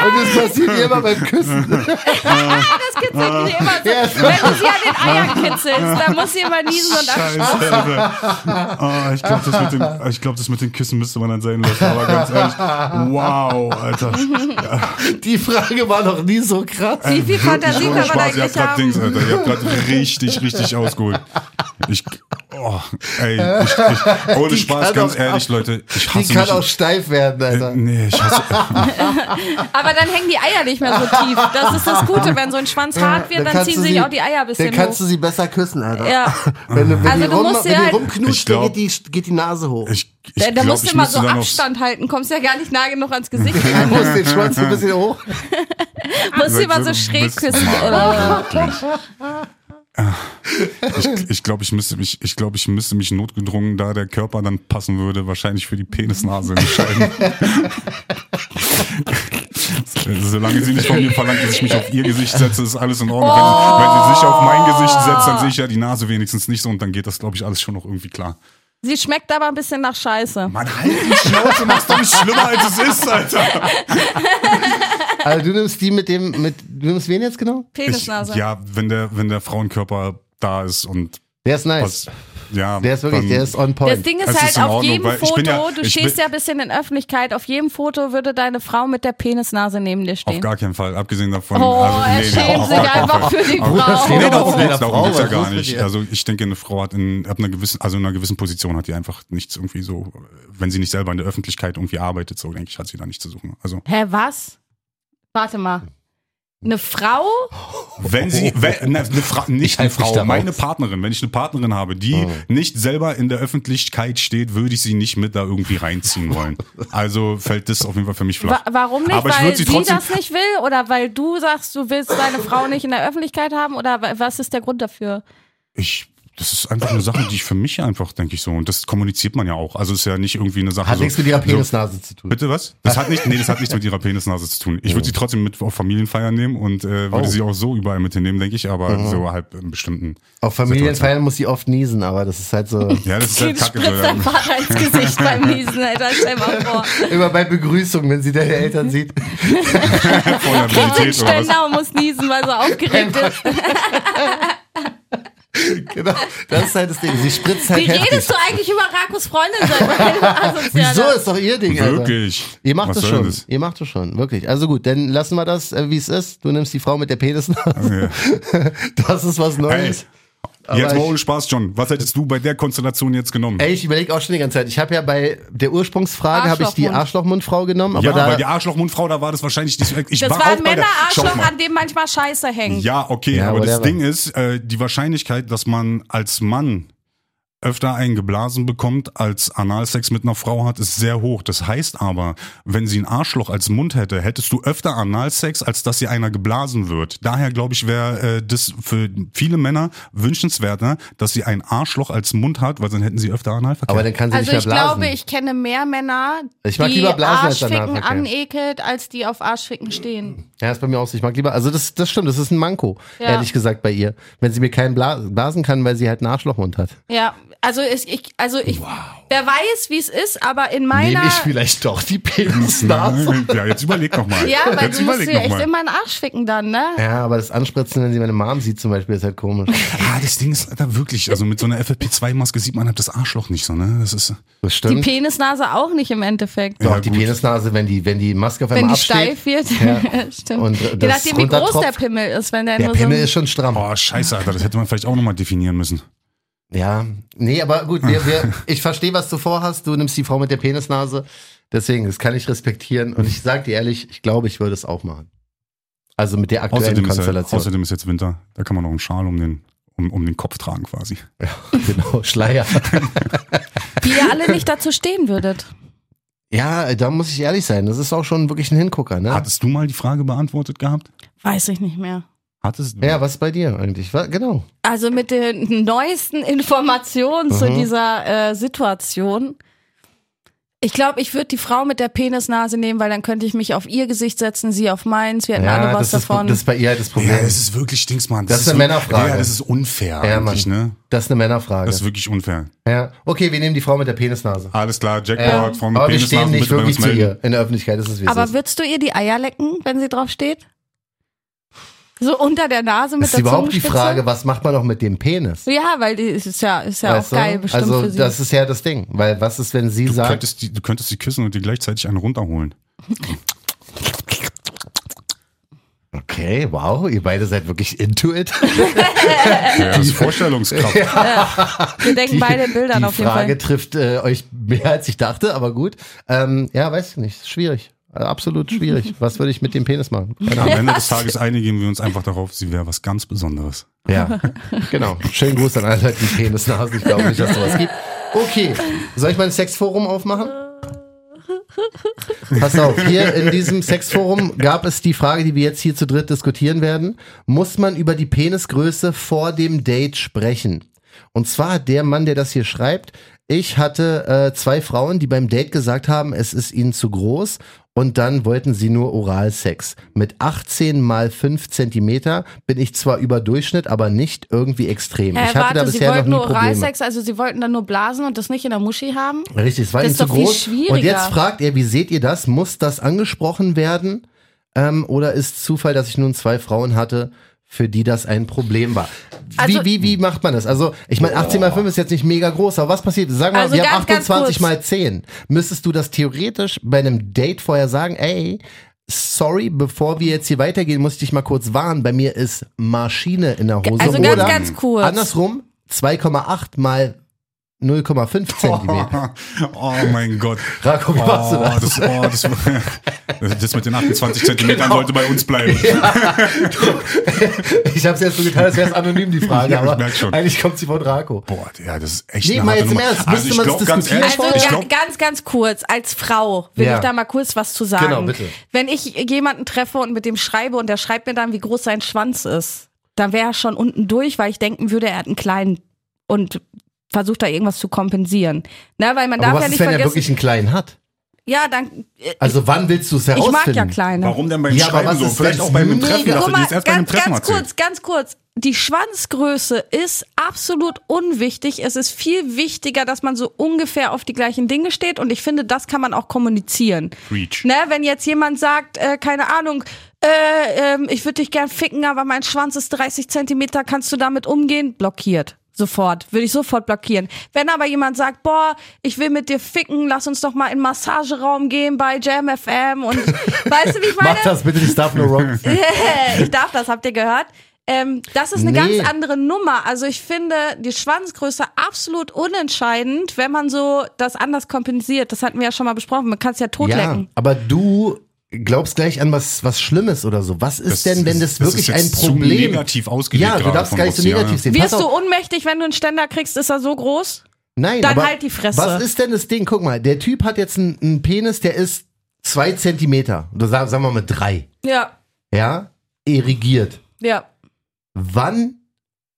Speaker 2: Und das passiert mir immer beim Küssen.
Speaker 3: Das kitzelt sie immer so.
Speaker 2: Yes.
Speaker 3: Wenn du sie an den Eiern kitzelst, dann muss sie immer niesen und ab.
Speaker 4: Scheiße. Ah, ich glaube, das, mit dem- ich glaub, das mit den Küssen müsste man dann sein lassen. Aber ganz ehrlich, wow, Alter.
Speaker 2: Die Frage war noch nie so krass.
Speaker 4: Äh,
Speaker 3: Wie viel Fantasie
Speaker 4: Ohne
Speaker 3: kann man
Speaker 4: Ähm, Spaß, ihr habt
Speaker 3: eigentlich
Speaker 4: grad
Speaker 3: haben?
Speaker 4: Dings, Alter. Ihr habt grad richtig, richtig ausgeholt. Ich, oh, ey, ich, ich, ohne
Speaker 2: Die
Speaker 4: Spaß,
Speaker 2: kann
Speaker 4: ganz
Speaker 2: auch
Speaker 4: ehrlich,
Speaker 2: ab-
Speaker 4: Leute. Ich
Speaker 2: Die
Speaker 4: hasse
Speaker 2: kann auch
Speaker 4: mich.
Speaker 2: steif
Speaker 4: Äh,
Speaker 2: werden, Alter.
Speaker 4: Nee, ich hasse,
Speaker 3: Aber dann hängen die Eier nicht mehr so tief. Das ist das Gute. Wenn so ein Schwanz hart wird, dann
Speaker 2: kannst
Speaker 3: ziehen
Speaker 2: du
Speaker 3: sich auch die Eier ein bisschen
Speaker 2: Dann kannst
Speaker 3: hoch.
Speaker 2: du sie besser küssen, Alter.
Speaker 3: Ja.
Speaker 2: Wenn, du- wenn
Speaker 3: Also
Speaker 2: die,
Speaker 3: du
Speaker 2: rum,
Speaker 3: musst sie
Speaker 2: wenn die
Speaker 3: halt-
Speaker 4: Ich
Speaker 2: rumknutscht, dann
Speaker 4: glaub-
Speaker 2: geht die, geht die Nase hoch.
Speaker 4: ich, ich
Speaker 3: Da, da
Speaker 4: glaub,
Speaker 3: musst du
Speaker 4: ich
Speaker 3: immer
Speaker 4: müsste
Speaker 3: so
Speaker 4: dann
Speaker 3: Abstand halten, kommst ja gar nicht nah genug ans Gesicht.
Speaker 2: Du musst den Schwanz ein bisschen hoch.
Speaker 3: musst du immer so
Speaker 4: Bist
Speaker 3: schräg
Speaker 4: du
Speaker 3: küssen.
Speaker 4: mal
Speaker 3: Oder?
Speaker 4: Auf, ich ich glaube, ich müsste mich, ich glaube, ich müsste mich notgedrungen, da der Körper dann passen würde, wahrscheinlich für die Penisnase entscheiden. Solange sie nicht von mir verlangt, dass ich mich auf ihr Gesicht setze, ist alles in Ordnung.
Speaker 3: Oh.
Speaker 4: Wenn, wenn sie sich auf mein Gesicht setzt, dann sehe ich ja die Nase wenigstens nicht so und dann geht das, glaube ich, alles schon noch irgendwie klar.
Speaker 3: Sie schmeckt aber ein bisschen nach Scheiße.
Speaker 4: Mann, halt die Schnauze, mach's doch nicht schlimmer, als es ist, Alter.
Speaker 2: Also du nimmst die mit dem, mit, du nimmst wen jetzt genau?
Speaker 4: Ich,
Speaker 3: Penisnase.
Speaker 4: ja, wenn der, wenn der Frauenkörper da ist und
Speaker 2: Der ist nice.
Speaker 4: was, ja.
Speaker 2: Der ist wirklich,
Speaker 4: dann-
Speaker 2: der ist on point.
Speaker 3: Das Ding ist
Speaker 4: Es
Speaker 3: halt,
Speaker 4: ist in
Speaker 3: auf
Speaker 4: Ordnung,
Speaker 3: jedem
Speaker 4: weil ich
Speaker 3: Foto,
Speaker 4: bin ja-
Speaker 3: du
Speaker 4: ich
Speaker 3: stehst
Speaker 4: bin-
Speaker 3: ja ein bisschen in Öffentlichkeit, auf jedem Foto würde deine Frau mit der Penisnase neben dir
Speaker 4: Auf
Speaker 3: stehen.
Speaker 4: gar keinen Fall, abgesehen davon. also,
Speaker 3: Oh, er
Speaker 4: nee, nee,
Speaker 3: schämt
Speaker 4: auf
Speaker 3: sich
Speaker 4: gar keinen
Speaker 3: einfach
Speaker 4: Fall.
Speaker 3: für die
Speaker 4: Aber-
Speaker 3: Frau.
Speaker 4: Nee,
Speaker 2: Steht
Speaker 4: darum
Speaker 2: auf
Speaker 4: geht's,
Speaker 2: deiner
Speaker 4: darum
Speaker 2: Frau,
Speaker 4: geht's ja
Speaker 2: was ist
Speaker 4: gar
Speaker 2: mit
Speaker 4: nicht.
Speaker 2: dir?
Speaker 4: Also ich denke, eine Frau hat in, ab einer gewissen, also in einer gewissen Position hat die einfach nichts irgendwie so, wenn sie nicht selber in der Öffentlichkeit irgendwie arbeitet, so denke ich, hat sie da nichts zu suchen. Also
Speaker 3: Hä, was? Warte mal. Eine Frau?
Speaker 4: wenn
Speaker 2: Oh,
Speaker 4: sie, wenn, ne, eine Fra nicht
Speaker 2: halte mich
Speaker 4: eine
Speaker 2: Ah.
Speaker 4: Frau,
Speaker 2: darauf.
Speaker 4: meine Partnerin, wenn ich eine Partnerin habe, die nicht selber in der Öffentlichkeit steht, würde ich sie nicht mit da irgendwie reinziehen wollen. Also fällt das auf jeden Fall für mich
Speaker 3: Wa
Speaker 4: flach.
Speaker 3: warum nicht?
Speaker 4: Aber ich
Speaker 3: weil
Speaker 4: würde sie
Speaker 3: sie
Speaker 4: trotzdem,
Speaker 3: das nicht will? Oder weil du sagst, du willst deine Frau nicht in der Öffentlichkeit haben? Oder wa- was ist der Grund dafür?
Speaker 4: Ich, das ist einfach eine Sache, die ich für mich einfach, denke ich so. Und das kommuniziert man ja auch. Also ist ja nicht irgendwie eine Sache.
Speaker 2: Hat
Speaker 4: so,
Speaker 2: nichts mit ihrer
Speaker 4: So,
Speaker 2: Penisnase zu tun.
Speaker 4: bitte was? Das hat nicht, nee, das hat nichts mit ihrer Penisnase zu tun. Ich würde sie trotzdem mit auf Familienfeiern nehmen und äh, würde
Speaker 2: Oh. Mhm.
Speaker 4: sie auch so überall mit hinnehmen, denke ich, aber so halb in bestimmten.
Speaker 2: Auf Familienfeiern muss sie oft niesen, aber das ist halt so.
Speaker 4: Ja, das ist halt
Speaker 3: Kind
Speaker 4: kacke.
Speaker 3: spritzt dein
Speaker 4: So.
Speaker 3: Vater ins Gesicht beim Niesen, Alter. Stell mal vor.
Speaker 2: Immer bei Begrüßung, wenn sie deine Eltern sieht.
Speaker 4: Voll der
Speaker 3: Kevin
Speaker 4: Habilität oder was?
Speaker 3: Stendau muss niesen, weil er aufgeregt ist.
Speaker 2: Genau. Das ist halt das Ding. Sie spritzt halt
Speaker 3: Wie
Speaker 2: heftig.
Speaker 3: redest du eigentlich über Rakos Freundin sein? weil du asozialer
Speaker 2: Wieso ist doch ihr Ding, Alter.
Speaker 4: Wirklich.
Speaker 2: Ihr macht
Speaker 4: Was
Speaker 2: es
Speaker 4: soll
Speaker 2: schon.
Speaker 4: das?
Speaker 2: Ihr macht es schon, wirklich. Also gut, dann lassen wir das, äh, wie es ist. Du nimmst die Frau mit der Penisnase.
Speaker 4: Ja.
Speaker 2: Das ist was
Speaker 4: Ey,
Speaker 2: Neues. Aber
Speaker 4: jetzt mal
Speaker 2: ich-
Speaker 4: ohne Spaß, John. Was hättest du bei der Konstellation jetzt genommen?
Speaker 2: Ey, ich überlege auch schon die ganze Zeit. Ich habe ja bei der Ursprungsfrage habe ich die
Speaker 3: Arschlochmund.
Speaker 2: Arschlochmundfrau genommen, aber
Speaker 4: ja,
Speaker 2: da
Speaker 4: bei der Arschlochmundfrau, da war das wahrscheinlich nicht so. Ich
Speaker 3: Das
Speaker 4: war,
Speaker 3: war
Speaker 4: auch
Speaker 3: ein
Speaker 4: bei der. Schau
Speaker 3: Männerarschloch,
Speaker 4: mal.
Speaker 3: an dem manchmal Scheiße hängt.
Speaker 4: Ja, okay,
Speaker 2: Ja,
Speaker 4: aber das
Speaker 2: whatever.
Speaker 4: Ding ist, äh, die Wahrscheinlichkeit, dass man als Mann öfter einen geblasen bekommt, als Analsex mit einer Frau hat, ist sehr hoch. Das heißt aber, wenn sie ein Arschloch als Mund hätte, hättest du öfter Analsex, als dass sie einer geblasen wird. Daher glaube ich, wäre äh, das für viele Männer wünschenswerter, dass sie ein Arschloch als Mund hat, weil dann hätten sie öfter Analverkehr.
Speaker 2: aber dann kann sie
Speaker 3: Also
Speaker 2: nicht
Speaker 3: ich
Speaker 2: mehr blasen.
Speaker 3: glaube, ich kenne mehr Männer,
Speaker 2: Ich mag
Speaker 3: die
Speaker 2: lieber Blasen als
Speaker 3: Arschficken
Speaker 2: Analverkehr.
Speaker 3: anekelt, als die auf Arschficken stehen.
Speaker 2: ja, ist bei mir auch so. Ich mag lieber, also das, das stimmt, das ist ein Manko,
Speaker 3: Ja.
Speaker 2: ehrlich gesagt bei ihr. Wenn sie mir keinen Bla blasen kann, weil sie halt einen Arschlochmund hat.
Speaker 3: Ja, also ich, ich also ich, wer weiß, wie es ist, aber in meiner,
Speaker 2: Nehme ich vielleicht doch die Penisnase.
Speaker 4: ja, jetzt überleg noch mal.
Speaker 3: ja, weil
Speaker 4: jetzt
Speaker 3: du musst
Speaker 4: überleg
Speaker 3: dir
Speaker 4: noch
Speaker 3: echt
Speaker 4: mal.
Speaker 3: immer einen Arschficken dann, ne?
Speaker 2: Ja, aber das Anspritzen, wenn sie meine Mom sieht zum Beispiel, ist halt komisch.
Speaker 4: Ah, das Ding ist Alter, wirklich, also mit so einer FFP2-Maske sieht man halt das Arschloch nicht so, ne? Das ist
Speaker 2: Das
Speaker 3: Die
Speaker 2: stimmt.
Speaker 3: Penisnase auch nicht im Endeffekt.
Speaker 2: doch,
Speaker 4: Ja,
Speaker 2: die
Speaker 4: gut.
Speaker 2: Penisnase, wenn die, wenn die Maske auf
Speaker 3: Wenn
Speaker 2: einmal
Speaker 3: die
Speaker 2: absteht.
Speaker 3: steif wird, stimmt.
Speaker 2: Und äh,
Speaker 3: Je
Speaker 2: das
Speaker 3: nachdem, wie groß der
Speaker 2: runtertropft.
Speaker 3: Pimmel ist, wenn der,
Speaker 2: Der
Speaker 3: nur so
Speaker 2: Pimmel
Speaker 3: ein-
Speaker 2: ist schon stramm.
Speaker 4: Oh, scheiße, Alter, das hätte man vielleicht auch nochmal definieren müssen.
Speaker 2: Ja, nee, aber gut, wir, wir, ich verstehe, was du vorhast. Du nimmst die Frau mit der Penisnase. Deswegen, das kann ich respektieren. Und ich sag dir ehrlich, ich glaube, ich würde es auch machen. Also mit der aktuellen
Speaker 4: Außerdem ist, ja,
Speaker 2: Konstellation.
Speaker 4: außerdem ist jetzt Winter, da kann man noch einen Schal um den, um, um den Kopf tragen quasi.
Speaker 2: genau, Schleier.
Speaker 3: die ihr alle nicht dazu stehen würdet.
Speaker 2: ja, da muss ich ehrlich sein. Das ist auch schon wirklich ein Hingucker, ne?
Speaker 4: Hattest du mal die Frage beantwortet gehabt?
Speaker 3: Weiß ich nicht mehr.
Speaker 4: Hattest du?
Speaker 2: Ja, was bei dir eigentlich? Wa- Genau.
Speaker 3: Also mit
Speaker 2: Mhm.
Speaker 3: den neuesten Informationen zu dieser äh, Situation Ich glaube, ich würde die Frau mit der Penisnase nehmen, weil dann könnte ich mich auf ihr Gesicht setzen, sie auf meins, wir hätten alle was
Speaker 2: das ist,
Speaker 3: davon.
Speaker 2: das ist bei ihr halt das Problem.
Speaker 4: Ja, das ist wirklich Dings, Mann.
Speaker 2: Das ist eine
Speaker 4: wir-
Speaker 2: Männerfrage.
Speaker 4: Ja, das ist unfair
Speaker 2: Ja,
Speaker 4: eigentlich,
Speaker 2: Mann.
Speaker 4: ne?
Speaker 2: Das ist eine Männerfrage.
Speaker 4: Das ist wirklich unfair.
Speaker 2: ja. Okay, wir nehmen die Frau mit der Penisnase.
Speaker 4: Alles klar, Jackpot vom
Speaker 2: Aber wir stehen
Speaker 4: Penisnasen,
Speaker 2: nicht
Speaker 4: bitte bei uns
Speaker 2: wirklich zu
Speaker 4: melden.
Speaker 2: ihr in der Öffentlichkeit. Das ist wie es
Speaker 3: Aber
Speaker 2: ist.
Speaker 3: würdest du ihr die Eier lecken, wenn sie drauf steht? So unter der Nase mit
Speaker 2: ist
Speaker 3: der
Speaker 2: überhaupt die
Speaker 3: Zungenspitze?
Speaker 2: Frage, was macht man noch mit dem Penis?
Speaker 3: Ja, weil die es ist ja, ist ja
Speaker 2: Weißt
Speaker 3: auch geil bestimmt
Speaker 2: also
Speaker 3: für sie.
Speaker 2: das ist ja das Ding, weil was ist, wenn sie
Speaker 4: Du
Speaker 2: sagt,
Speaker 4: könntest, die, du könntest die küssen und dir gleichzeitig einen runterholen.
Speaker 2: okay, wow, ihr beide seid wirklich into it.
Speaker 4: Ja, das ist Vorstellungskraft.
Speaker 3: Wir denken beide in Bildern
Speaker 2: die
Speaker 3: auf jeden
Speaker 2: Frage
Speaker 3: Fall.
Speaker 2: trifft äh, euch mehr als ich dachte, aber gut. Ähm, ja, weiß ich nicht, ist schwierig, Äh, absolut schwierig. was würde ich mit dem Penis machen? Keine
Speaker 4: Am
Speaker 2: Ahnung.
Speaker 4: Ende des Tages einigen wir uns einfach darauf, sie wäre was ganz Besonderes.
Speaker 2: Ja, genau. Schönen Gruß an alle Leute, die Penisnasen. Ich glaube nicht, dass sowas gibt. Okay, soll ich mein Sexforum aufmachen? Pass auf, hier in diesem Sexforum gab es die Frage, die wir jetzt hier zu dritt diskutieren werden. Muss man über die Penisgröße vor dem Date sprechen? Und zwar hat der Mann, der das hier schreibt, ich hatte äh, zwei Frauen, die beim Date gesagt haben, es ist ihnen zu groß und dann wollten sie nur Oralsex. Mit 18 mal 5 Zentimeter bin ich zwar über Durchschnitt, aber nicht irgendwie extrem.
Speaker 3: Äh,
Speaker 2: ich hatte da
Speaker 3: warte, sie
Speaker 2: bisher noch
Speaker 3: wollten
Speaker 2: nie
Speaker 3: nur
Speaker 2: Probleme.
Speaker 3: Oralsex, also sie wollten dann nur blasen und das nicht in der Muschi haben?
Speaker 2: Richtig, es war
Speaker 3: Das
Speaker 2: ihm
Speaker 3: ist
Speaker 2: zu
Speaker 3: doch viel
Speaker 2: groß.
Speaker 3: schwieriger.
Speaker 2: Und jetzt fragt er, wie seht ihr das? Muss das angesprochen werden? Ähm, oder ist Zufall, dass ich nun zwei Frauen hatte, für die das ein Problem war?
Speaker 3: Also-
Speaker 2: wie, wie, wie macht man das? Also, ich meine, 18 mal 5 ist jetzt nicht mega groß, aber was passiert? Sagen wir mal,
Speaker 3: Also
Speaker 2: wir haben
Speaker 3: ganz, ganz
Speaker 2: 28
Speaker 3: kurz.
Speaker 2: mal 10. Müsstest du das theoretisch bei einem Date vorher sagen, ey, sorry, bevor wir jetzt hier weitergehen, muss ich dich mal kurz warnen. Bei mir ist Maschine in der Hose.
Speaker 3: also ganz,
Speaker 2: oder
Speaker 3: ganz kurz.
Speaker 2: andersrum, 2,8 mal 0,5 Zentimeter.
Speaker 4: Oh mein Gott.
Speaker 2: Rako, wie machst du
Speaker 4: oh,
Speaker 2: das?
Speaker 4: das, oh, das, das? Das mit den 28 Zentimetern
Speaker 2: Genau.
Speaker 4: sollte bei uns bleiben.
Speaker 2: Ich habe es jetzt so getan, als wäre es anonym, die Frage.
Speaker 4: Ja, ich
Speaker 2: aber
Speaker 4: merk schon.
Speaker 2: eigentlich kommt sie von Draco.
Speaker 4: Boah, ja, das ist echt
Speaker 2: Nee,
Speaker 4: eine
Speaker 2: mal
Speaker 4: harte
Speaker 2: jetzt im
Speaker 4: Nummer.
Speaker 2: Ernst,
Speaker 4: Also
Speaker 2: müsste
Speaker 4: ich
Speaker 2: man
Speaker 4: glaube
Speaker 2: das
Speaker 4: ganz
Speaker 2: diskutieren
Speaker 4: ehrlich,
Speaker 3: Also
Speaker 4: ich
Speaker 3: ga-
Speaker 4: glaube,
Speaker 3: ganz, ganz kurz, als Frau will
Speaker 2: Ja.
Speaker 3: ich da mal kurz was zu sagen.
Speaker 2: Genau, bitte.
Speaker 3: Wenn ich jemanden treffe und mit dem schreibe und der schreibt mir dann, wie groß sein Schwanz ist, dann wäre er schon unten durch, weil ich denken würde, er hat einen kleinen und versucht da irgendwas zu kompensieren. Na, weil man
Speaker 2: Aber
Speaker 3: darf
Speaker 2: was
Speaker 3: ja
Speaker 2: ist,
Speaker 3: nicht
Speaker 2: wenn er
Speaker 3: vergessen.
Speaker 2: wirklich einen kleinen hat?
Speaker 3: Ja, dann. äh,
Speaker 2: Also wann willst du es
Speaker 3: Ich
Speaker 2: herausfinden?
Speaker 3: mag ja kleine.
Speaker 4: warum denn beim
Speaker 2: Ja, aber
Speaker 4: Schreiben
Speaker 2: was
Speaker 4: so?
Speaker 2: ist
Speaker 4: Vielleicht
Speaker 2: denn
Speaker 4: auch beim
Speaker 2: mega-
Speaker 4: Treffen.
Speaker 2: Lass
Speaker 3: Guck
Speaker 4: Lass
Speaker 3: mal,
Speaker 4: uns erst beim
Speaker 3: ganz,
Speaker 4: Treffen
Speaker 3: ganz
Speaker 4: erzählen.
Speaker 3: kurz, ganz kurz. Die Schwanzgröße ist absolut unwichtig. Es ist viel wichtiger, dass man so ungefähr auf die gleichen Dinge steht. Und ich finde, das kann man auch kommunizieren.
Speaker 4: Preach.
Speaker 3: Ne, wenn jetzt jemand sagt, äh, keine Ahnung, äh, ähm, ich würde dich gern ficken, aber mein Schwanz ist 30 Zentimeter, kannst du damit umgehen? Blockiert. Sofort. Würde ich sofort blockieren. Wenn aber jemand sagt, boah, ich will mit dir ficken, lass uns doch mal in den Massageraum gehen bei Jam FM und weißt du, wie ich meine?
Speaker 2: Mach das bitte nicht, darf nur Rock.
Speaker 3: ich darf das, habt ihr gehört? Ähm, das ist eine
Speaker 2: Nee.
Speaker 3: ganz andere Nummer. Also ich finde die Schwanzgröße absolut unentscheidend, wenn man so das anders kompensiert. Das hatten wir ja schon mal besprochen. Man kann es ja
Speaker 2: ja,
Speaker 3: totlecken.
Speaker 2: aber du glaubst gleich an was, was Schlimmes oder so. Was ist
Speaker 4: Das
Speaker 2: denn, wenn das,
Speaker 4: ist- das ist
Speaker 2: wirklich
Speaker 4: jetzt
Speaker 2: ein
Speaker 4: zu
Speaker 2: Problem
Speaker 4: negativ ausgelegt
Speaker 2: Ja, du
Speaker 4: gerade
Speaker 2: darfst
Speaker 4: von
Speaker 2: gar nicht so
Speaker 4: Rossi,
Speaker 2: negativ
Speaker 4: ja.
Speaker 2: sehen. Pass
Speaker 3: Wirst
Speaker 2: auf.
Speaker 3: du ohnmächtig, wenn du einen Ständer kriegst? Ist er so groß?
Speaker 2: Nein,
Speaker 3: Dann
Speaker 2: aber
Speaker 3: halt die Fresse.
Speaker 2: Was ist denn das Ding? Guck mal, der Typ hat jetzt einen, einen Penis, der ist zwei Zentimeter. Oder sagen, sagen wir mal drei.
Speaker 3: Ja,
Speaker 2: Ja? Erigiert.
Speaker 3: ja.
Speaker 2: Wann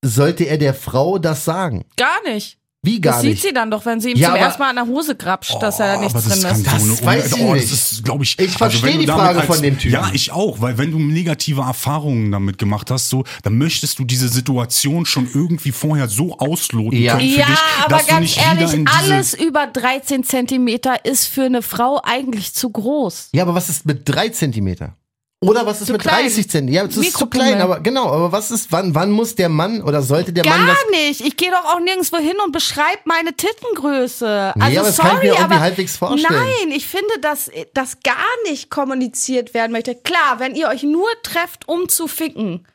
Speaker 2: sollte er der Frau das sagen?
Speaker 3: Gar nicht.
Speaker 2: Wie gar
Speaker 3: das
Speaker 2: nicht.
Speaker 3: sieht sie dann doch, wenn sie ihm
Speaker 2: Ja,
Speaker 3: zum
Speaker 2: aber-
Speaker 3: ersten Mal an der Hose grapscht, dass da
Speaker 4: Oh,
Speaker 3: nichts
Speaker 4: aber das
Speaker 3: drin ist.
Speaker 4: kann so
Speaker 2: Das
Speaker 4: eine
Speaker 2: weiß
Speaker 4: Un-
Speaker 2: ich
Speaker 4: oh,
Speaker 2: nicht.
Speaker 4: Das ist, glaube ich. also
Speaker 2: Ich verstehe
Speaker 4: wenn du
Speaker 2: die
Speaker 4: damit
Speaker 2: Frage von dem Typen.
Speaker 4: Ja, ich auch, weil wenn du negative Erfahrungen damit gemacht hast, so, dann möchtest du diese Situation schon irgendwie vorher so ausloten
Speaker 2: Ja.
Speaker 4: können für
Speaker 3: Ja,
Speaker 4: dich,
Speaker 3: aber
Speaker 4: dass du
Speaker 3: ganz
Speaker 4: nicht wieder in
Speaker 3: ehrlich,
Speaker 4: diese,
Speaker 3: alles über 13 Zentimeter ist für eine Frau eigentlich zu groß.
Speaker 2: Ja, aber was ist mit drei Zentimeter? Oder was ist
Speaker 3: Zu
Speaker 2: mit
Speaker 3: klein.
Speaker 2: 30 Zentimeter? Ja, es ist zu
Speaker 3: Mikropimmel.
Speaker 2: klein, aber genau, aber was ist, wann, wann muss der Mann oder sollte der Mann
Speaker 3: Gar
Speaker 2: das.
Speaker 3: nicht. Ich gehe doch auch nirgendwo hin und beschreibe meine Tittengröße.
Speaker 2: Nee,
Speaker 3: also
Speaker 2: aber das
Speaker 3: sorry,
Speaker 2: kann ich mir irgendwie
Speaker 3: aber
Speaker 2: halbwegs vorstellen.
Speaker 3: Nein, ich finde, dass das gar nicht kommuniziert werden möchte. Klar, wenn ihr euch nur trefft, um zu ficken,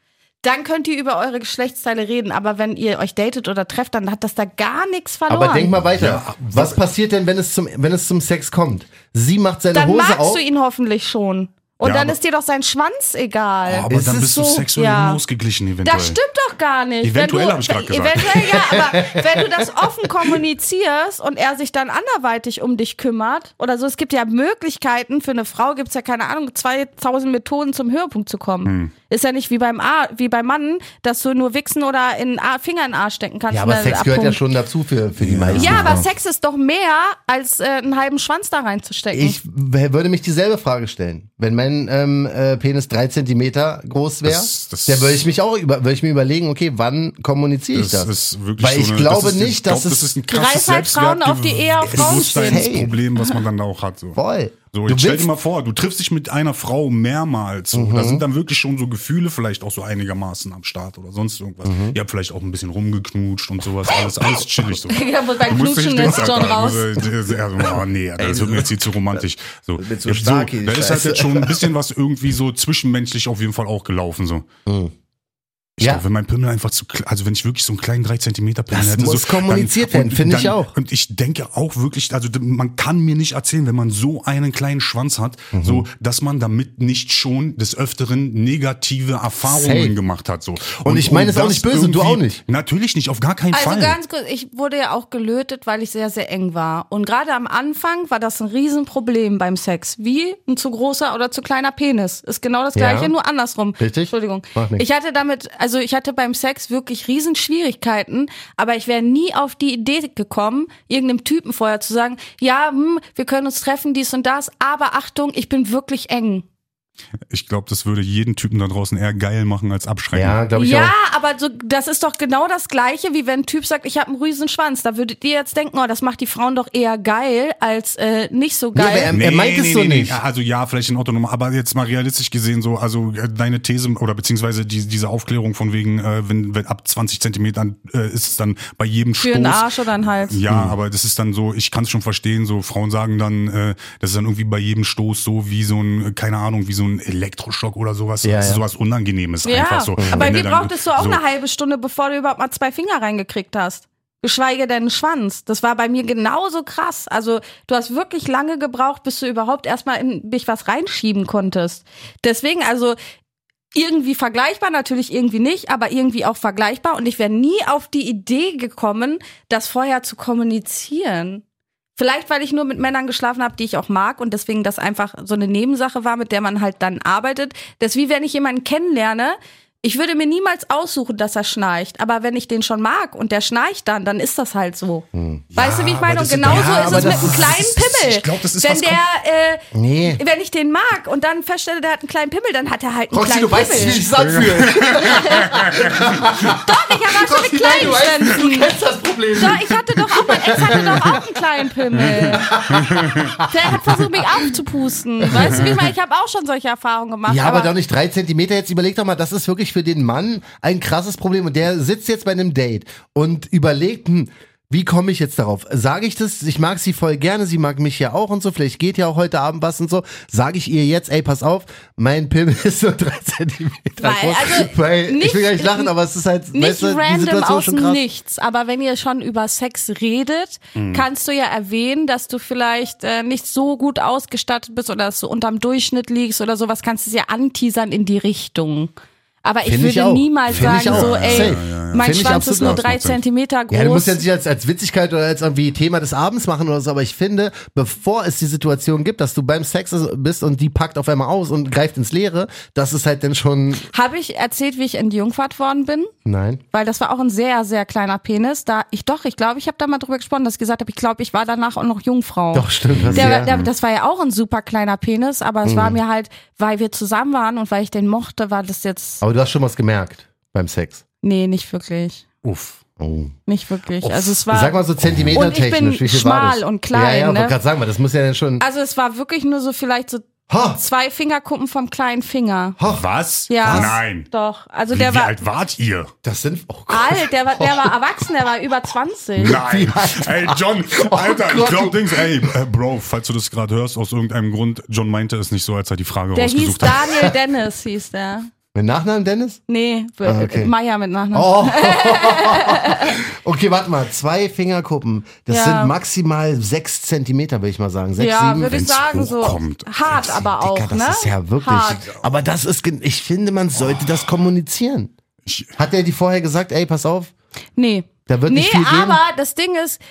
Speaker 3: dann könnt ihr über eure Geschlechtsteile reden. Aber wenn ihr euch datet oder trefft, dann hat das da gar nichts verloren.
Speaker 2: Aber denk mal weiter.
Speaker 4: Ja,
Speaker 2: was passiert denn, wenn es zum, wenn es zum Sex kommt? Sie macht seine
Speaker 3: dann
Speaker 2: Hose
Speaker 3: magst
Speaker 2: auf.
Speaker 3: du ihn hoffentlich schon. Und
Speaker 4: Ja,
Speaker 3: dann
Speaker 4: aber-
Speaker 3: ist dir doch sein Schwanz egal.
Speaker 4: Oh, aber
Speaker 2: Ist
Speaker 4: dann
Speaker 2: es
Speaker 4: bist du
Speaker 2: so?
Speaker 4: sexuell
Speaker 3: Ja.
Speaker 4: unausgeglichen eventuell.
Speaker 3: Das stimmt doch gar nicht.
Speaker 4: Eventuell
Speaker 3: Wenn du-
Speaker 4: hab ich grad
Speaker 3: wenn-
Speaker 4: gesagt.
Speaker 3: Eventuell, ja, aber wenn du das offen kommunizierst und er sich dann anderweitig um dich kümmert oder
Speaker 2: Hm.
Speaker 3: so, es gibt ja Möglichkeiten, für eine Frau gibt es ja keine Ahnung, 2000 Methoden zum Höhepunkt zu kommen. Ist ja nicht wie beim A, wie beim Mann, dass du nur wichsen oder in A, Finger in den Arsch stecken kannst.
Speaker 2: Ja,
Speaker 3: und
Speaker 2: aber
Speaker 3: dann
Speaker 2: Sex gehört ja
Speaker 3: abpumpen.
Speaker 2: schon dazu für, für die meisten. ne?
Speaker 3: Ja, aber Sex ist doch mehr, als äh, einen halben Schwanz da reinzustecken.
Speaker 2: Ich w- würde mich dieselbe Frage stellen. Wenn mein ähm, äh, Penis drei Zentimeter groß wäre,
Speaker 4: Das- das-
Speaker 2: dann würde ich mich auch über, würde ich mir überlegen, okay, wann kommuniziere ich
Speaker 4: Das,
Speaker 2: das?
Speaker 4: ist wirklich
Speaker 2: Weil
Speaker 4: so
Speaker 2: ich
Speaker 4: eine,
Speaker 2: glaube
Speaker 4: das ist,
Speaker 2: nicht,
Speaker 4: ich glaub,
Speaker 2: dass es
Speaker 4: das ist ein krasses
Speaker 3: Reiß halt Frauen auf die Ehe auf Frauen stehen.
Speaker 4: Selbstbewusstseinsproblem, was man dann da auch hat. So.
Speaker 2: voll.
Speaker 4: So,
Speaker 2: du
Speaker 4: jetzt stell dir
Speaker 2: willst- Mhm.
Speaker 4: mal vor, du triffst dich mit einer Frau mehrmals. So. Da sind dann wirklich schon so Gefühle vielleicht auch so einigermaßen am Start oder sonst irgendwas.
Speaker 2: Mhm.
Speaker 4: Ihr habt vielleicht auch ein bisschen rumgeknutscht und sowas. Alles, alles chillig so.
Speaker 3: Ja, wobei
Speaker 4: Du musst
Speaker 3: Knutschen
Speaker 4: nicht
Speaker 3: ist
Speaker 4: den-
Speaker 3: schon raus.
Speaker 4: Also, oh, nee, das wird mir jetzt hier zu romantisch. So,
Speaker 2: wird zu
Speaker 4: jetzt
Speaker 2: stark
Speaker 4: so,
Speaker 2: hier, die
Speaker 4: da ist halt
Speaker 2: Scheiße.
Speaker 4: jetzt schon ein bisschen was irgendwie so zwischenmenschlich auf jeden Fall auch gelaufen. So. Ich
Speaker 2: Hm. Ja.
Speaker 4: glaube, wenn mein Pimmel einfach zu kle- also wenn ich wirklich so einen kleinen 3 cm Pimmel
Speaker 2: Das
Speaker 4: hätte.
Speaker 2: muss
Speaker 4: so,
Speaker 2: kommuniziert werden,
Speaker 4: und
Speaker 2: finde ich
Speaker 4: dann-
Speaker 2: auch.
Speaker 4: Und ich denke auch wirklich, also d- man kann mir nicht erzählen, wenn man so einen kleinen Schwanz hat,
Speaker 2: Mhm.
Speaker 4: so, dass man damit nicht schon des Öfteren negative Erfahrungen
Speaker 2: Safe.
Speaker 4: gemacht hat. So. Und, um
Speaker 2: ich meine es auch
Speaker 4: das
Speaker 2: nicht böse, du
Speaker 4: irgendwie-
Speaker 2: auch nicht.
Speaker 4: Natürlich nicht, auf gar keinen
Speaker 3: Also
Speaker 4: Fall.
Speaker 3: ganz kurz, ich wurde ja auch gelötet, weil ich sehr, sehr eng war. Und gerade am Anfang war das ein Riesenproblem beim Sex. Wie ein zu großer oder zu kleiner Penis. Ist genau das
Speaker 2: Ja.
Speaker 3: gleiche, nur andersrum.
Speaker 2: Richtig.
Speaker 3: Entschuldigung.
Speaker 2: Macht nichts.
Speaker 3: Ich hatte damit, also ich hatte beim Sex wirklich Riesenschwierigkeiten, aber ich wäre nie auf die Idee gekommen, irgendeinem Typen vorher zu sagen, ja, hm, wir können uns treffen, dies und das, aber Achtung, ich bin wirklich eng.
Speaker 4: Ich glaube, das würde jeden Typen da draußen eher geil machen als abschrecken.
Speaker 2: Ja, glaube ich
Speaker 3: Ja,
Speaker 2: auch.
Speaker 3: aber so, das ist doch genau das Gleiche, wie wenn ein Typ sagt, ich habe einen Riesenschwanz. Da würdet ihr jetzt denken, oh, das macht die Frauen doch eher geil als äh, nicht so
Speaker 2: aber
Speaker 3: geil.
Speaker 2: er- meint es so nicht.
Speaker 4: Also ja, vielleicht in Ordnung, aber jetzt mal realistisch gesehen, so, also äh, deine These oder beziehungsweise die, diese Aufklärung von wegen, äh, wenn, wenn ab 20 Zentimetern äh, ist es dann bei jedem Stoß.
Speaker 3: Für einen Arsch oder einen Hals.
Speaker 4: Ja,
Speaker 2: Hm.
Speaker 4: aber das ist dann so, ich kann es schon verstehen, so Frauen sagen dann, äh, das ist dann irgendwie bei jedem Stoß so wie so ein, äh, keine Ahnung, wie so ein Elektroschock oder sowas.
Speaker 2: Ja,
Speaker 4: das ist
Speaker 2: ja.
Speaker 4: sowas Unangenehmes einfach so.
Speaker 3: aber
Speaker 4: Wenn
Speaker 3: mir
Speaker 4: du dann-
Speaker 3: brauchtest du auch eine halbe Stunde, bevor du überhaupt mal zwei Finger reingekriegt hast. Geschweige denn einen Schwanz. Das war bei mir genauso krass. Also du hast wirklich lange gebraucht, bis du überhaupt erstmal in dich was reinschieben konntest. Deswegen, also irgendwie vergleichbar, natürlich irgendwie nicht, aber irgendwie auch vergleichbar. Und ich wäre nie auf die Idee gekommen, das vorher zu kommunizieren. Vielleicht, weil ich nur mit Männern geschlafen habe, die ich auch mag und deswegen das einfach so eine Nebensache war, mit der man halt dann arbeitet. Das ist wie wenn ich jemanden kennenlerne. Ich würde mir niemals aussuchen, dass er schnarcht, aber wenn ich den schon mag und der schnarcht dann, dann ist das halt so. Weißt du, wie ich meine? Und
Speaker 4: Hm. aber das ist-
Speaker 3: genauso
Speaker 2: ja,
Speaker 3: ist
Speaker 2: aber
Speaker 3: es mit
Speaker 2: das
Speaker 3: einem
Speaker 2: ist-
Speaker 3: kleinen Pimmel.
Speaker 4: ich glaub, das ist
Speaker 3: wenn
Speaker 4: was kom-
Speaker 3: der, äh,
Speaker 2: Nee.
Speaker 3: wenn ich den mag und dann feststelle, der hat einen kleinen Pimmel, dann hat er halt einen
Speaker 2: Roxy,
Speaker 3: kleinen
Speaker 2: du weißt nicht, wie
Speaker 3: Pimmel.
Speaker 2: ich es anfühle.
Speaker 3: Doch, ich habe auch schon
Speaker 2: nein,
Speaker 3: mit
Speaker 2: du weißt
Speaker 3: kleinen Schwänzen.
Speaker 2: Das ist das Problem.
Speaker 3: Doch, ich hatte doch auch, mein Ex hatte doch auch einen kleinen Pimmel. Der hat versucht, mich aufzupusten. Weißt du, wie ich meine? Ich habe auch schon solche Erfahrungen gemacht.
Speaker 2: Ja, aber doch nicht drei Zentimeter. Jetzt überleg doch mal, das ist wirklich für den Mann ein krasses Problem. Und der sitzt jetzt bei einem Date und überlegt, hm, wie komme ich jetzt darauf? Sage ich das? Ich mag sie voll gerne, sie mag mich ja auch und so. Vielleicht geht ja auch heute Abend was und so. Sage ich ihr jetzt, ey, pass auf, mein Pimmel ist nur drei Zentimeter
Speaker 3: Weil,
Speaker 2: groß.
Speaker 3: also,
Speaker 2: Weil, ich will gar nicht
Speaker 3: nicht-
Speaker 2: lachen, aber es ist halt,
Speaker 3: nicht
Speaker 2: weißt du, die
Speaker 3: random
Speaker 2: Situation
Speaker 3: aus
Speaker 2: ist schon
Speaker 3: dem
Speaker 2: krass.
Speaker 3: Nichts, aber wenn ihr schon über Sex redet,
Speaker 2: Mhm.
Speaker 3: kannst du ja erwähnen, dass du vielleicht äh, nicht so gut ausgestattet bist oder dass du unterm Durchschnitt liegst oder sowas, kannst du es ja anteasern in die Richtung. Aber ich
Speaker 2: Find ich
Speaker 3: würde
Speaker 2: auch.
Speaker 3: niemals
Speaker 2: Find ich
Speaker 3: sagen,
Speaker 2: auch.
Speaker 3: so, ey,
Speaker 2: Safe. Ja, ja, ja.
Speaker 3: mein
Speaker 2: Find ich
Speaker 3: Schwanz ist
Speaker 2: absolut
Speaker 3: nur
Speaker 2: auch.
Speaker 3: drei Zentimeter groß.
Speaker 2: Ja, du musst ja nicht als, als Witzigkeit oder als irgendwie Thema des Abends machen oder so, aber ich finde, bevor es die Situation gibt, dass du beim Sex bist und die packt auf einmal aus und greift ins Leere, das ist halt dann schon,
Speaker 3: Habe ich erzählt, wie ich entjungfert worden bin?
Speaker 2: nein.
Speaker 3: Weil das war auch ein sehr, sehr kleiner Penis. Da ich doch, ich glaube, ich habe da mal drüber gesprochen, dass ich gesagt habe, ich glaube, ich war danach auch noch Jungfrau.
Speaker 2: Doch, stimmt. Das
Speaker 3: Der,
Speaker 2: ja. Mhm.
Speaker 3: der, das war ja auch ein super kleiner Penis, aber es war mir halt, weil wir zusammen waren und weil ich den mochte, war das jetzt.
Speaker 2: aber du hast schon was gemerkt beim Sex.
Speaker 3: Nee, nicht wirklich.
Speaker 4: Uff.
Speaker 2: Oh.
Speaker 3: Nicht wirklich. Also es war.
Speaker 2: Sag mal so
Speaker 3: Und
Speaker 2: zentimetertechnisch,
Speaker 3: ich
Speaker 2: wie
Speaker 3: bin
Speaker 2: viel war das?
Speaker 3: schmal und klein,
Speaker 2: Ja, ja,
Speaker 3: ne?
Speaker 2: wollte gerade sagen, weil das muss ja dann schon,
Speaker 3: also es war wirklich nur so vielleicht so
Speaker 2: ha,
Speaker 3: zwei Fingerkuppen vom kleinen Finger.
Speaker 4: Was?
Speaker 3: Ja.
Speaker 4: Nein.
Speaker 3: Doch. Also
Speaker 4: Wie,
Speaker 3: der
Speaker 4: wie
Speaker 3: war
Speaker 4: alt wart ihr?
Speaker 2: das sind, oh Gott.
Speaker 3: alt, der war, der war erwachsen, der war über 20.
Speaker 4: Nein. Ey, John, Alter, ich
Speaker 2: Gott,
Speaker 4: glaub,
Speaker 2: du-
Speaker 4: Dings, ey, Oh äh, Bro, falls du das gerade hörst, aus irgendeinem Grund, John meinte es nicht so, als er die Frage
Speaker 3: Der hieß
Speaker 4: rausgesucht hat.
Speaker 3: Daniel Dennis, hieß der.
Speaker 2: Mit Nachnamen Dennis?
Speaker 3: Nee,
Speaker 2: Ah, okay.
Speaker 3: Meier mit Nachnamen.
Speaker 2: Oh. okay, warte mal. Zwei Fingerkuppen. Das
Speaker 3: Ja.
Speaker 2: sind maximal sechs Zentimeter, würde ich mal sagen. Sechs,
Speaker 3: ja,
Speaker 2: sieben.
Speaker 3: würde ich
Speaker 4: wenn's
Speaker 3: sagen, so
Speaker 4: hochkommt.
Speaker 3: hart aber auch,
Speaker 2: Dicker, das
Speaker 3: ne?
Speaker 2: ist ja wirklich.
Speaker 3: Hart.
Speaker 2: Aber das ist, gen- ich finde, man sollte das kommunizieren.
Speaker 4: Ich-
Speaker 2: Hat er die vorher gesagt, ey, pass auf,
Speaker 3: Nee.
Speaker 2: da wird
Speaker 3: Nee,
Speaker 2: nicht viel geben?
Speaker 3: aber das Ding ist,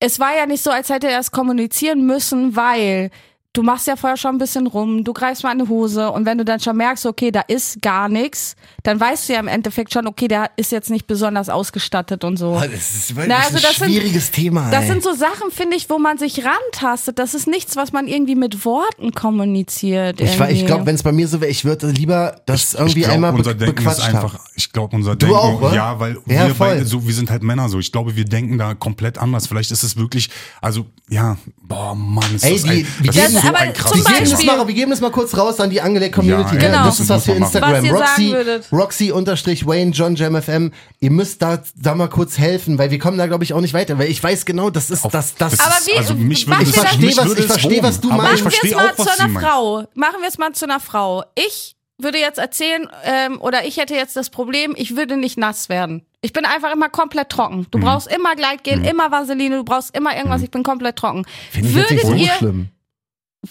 Speaker 3: es war ja nicht so, als hätte er es kommunizieren müssen, weil du machst ja vorher schon ein bisschen rum, du greifst mal an die Hose und wenn du dann schon merkst, okay, da ist gar nichts, dann weißt du ja im Endeffekt schon, okay, der ist jetzt nicht besonders ausgestattet und so.
Speaker 2: Boah, das ist wirklich
Speaker 3: Na,
Speaker 2: ein
Speaker 3: also das sind-
Speaker 2: schwieriges Thema.
Speaker 3: Das
Speaker 2: ey.
Speaker 3: sind so Sachen, finde ich, wo man sich rantastet. Das ist nichts, was man irgendwie mit Worten kommuniziert.
Speaker 2: ich war- ich
Speaker 3: irgendwie.
Speaker 2: glaube, wenn es bei mir so wäre, ich würde lieber das irgendwie
Speaker 4: ich glaub,
Speaker 2: einmal
Speaker 4: unser
Speaker 2: be
Speaker 4: Denken ist
Speaker 2: bequatscht
Speaker 4: einfach,
Speaker 2: haben.
Speaker 4: ich glaube, unser Denken,
Speaker 2: auch, oder?
Speaker 4: ja, weil
Speaker 2: Ja,
Speaker 4: wir
Speaker 2: voll.
Speaker 4: beide, so, wir sind halt Männer so. Ich glaube, wir denken da komplett anders. Vielleicht ist es wirklich, also, ja, boah, Mann, ist
Speaker 2: Ey,
Speaker 4: das
Speaker 2: die-
Speaker 4: ein,
Speaker 2: wir
Speaker 4: das
Speaker 2: geben-
Speaker 4: ist so
Speaker 3: Aber
Speaker 4: ein
Speaker 2: Wir
Speaker 4: krasses
Speaker 3: zum
Speaker 2: geben, das
Speaker 3: Beispiel-
Speaker 4: Thema.
Speaker 2: mal, wir geben das mal kurz raus an die Angelegt Community.
Speaker 4: Ja,
Speaker 3: Genau.
Speaker 2: Das ist was
Speaker 4: das
Speaker 2: für
Speaker 4: muss man
Speaker 2: Instagram.
Speaker 3: machen. Was ihr
Speaker 2: Roxy,
Speaker 3: sagen würdet.
Speaker 2: Roxy unterstrich Wayne John Jam FM. Ihr müsst da, da mal kurz helfen, weil wir kommen da, glaube ich, auch nicht weiter. Weil ich weiß genau, das ist
Speaker 4: Auf-
Speaker 2: das, das.
Speaker 4: ist-
Speaker 3: Aber wie-
Speaker 4: also mich
Speaker 3: machen
Speaker 4: würde
Speaker 3: wir
Speaker 4: es-
Speaker 3: das-
Speaker 4: mich
Speaker 2: Ich verstehe, was-
Speaker 4: würde
Speaker 2: ich
Speaker 4: es
Speaker 2: verstehe, was
Speaker 4: wurmen.
Speaker 2: du
Speaker 4: Aber
Speaker 2: meinst.
Speaker 3: Machen
Speaker 4: Ich
Speaker 3: wir es
Speaker 4: verstehe
Speaker 3: mal
Speaker 4: auch,
Speaker 3: zu
Speaker 4: was sie
Speaker 3: einer
Speaker 4: meint.
Speaker 3: Frau. Machen wir es mal zu einer Frau. Ich würde jetzt erzählen, ähm, oder ich hätte jetzt das Problem, ich würde nicht nass werden. Ich bin einfach immer komplett trocken. Du brauchst immer Gleitgel, immer Vaseline, du brauchst immer irgendwas, ich bin komplett trocken.
Speaker 2: Finde ich jetzt nicht so
Speaker 3: Würdet ihr,
Speaker 2: schlimm.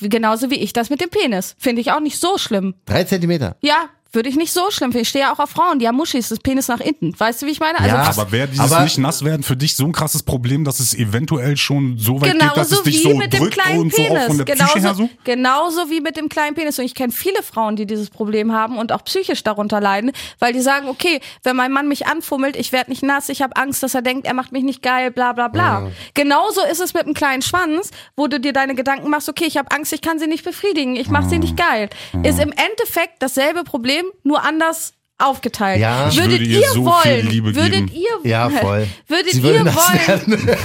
Speaker 3: genauso wie ich das mit dem Penis, finde ich auch nicht so schlimm.
Speaker 2: Drei Zentimeter.
Speaker 3: Ja, würde ich nicht so schlimm finden. Ich stehe ja auch auf Frauen, die haben Muschis, das Penis nach hinten. Weißt du, wie ich meine? Also
Speaker 2: Ja,
Speaker 3: was-
Speaker 4: Aber wäre dieses
Speaker 2: Aber-
Speaker 4: nicht nass werden für dich so ein krasses Problem, dass es eventuell schon so weit geht, dass
Speaker 3: Genauso
Speaker 4: es dich
Speaker 3: Genau wie
Speaker 4: so
Speaker 3: mit dem
Speaker 4: drückt
Speaker 3: kleinen
Speaker 4: und so auch
Speaker 3: Penis. Genau
Speaker 4: von der Psyche her
Speaker 3: genauso,
Speaker 4: so?
Speaker 3: genauso wie mit dem kleinen Penis. Und ich kenne viele Frauen, die dieses Problem haben und auch psychisch darunter leiden, weil die sagen, okay, wenn mein Mann mich anfummelt, ich werde nicht nass, ich habe Angst, dass er denkt, er macht mich nicht geil, bla bla bla. Genauso ist es mit einem kleinen Schwanz, wo du dir deine Gedanken machst, okay, ich habe Angst, ich kann sie nicht befriedigen, ich mache
Speaker 4: Ah.
Speaker 3: sie nicht geil. Ist im Endeffekt dasselbe Problem, nur anders aufgeteilt.
Speaker 2: Ja. Ich
Speaker 3: würdet
Speaker 4: würde ihr so viel
Speaker 3: wollen,
Speaker 4: Liebe
Speaker 3: würdet
Speaker 4: geben.
Speaker 3: ihr
Speaker 2: Ja, voll.
Speaker 3: würdet
Speaker 2: Sie
Speaker 3: ihr
Speaker 2: würde
Speaker 3: wollen,
Speaker 2: nass werden.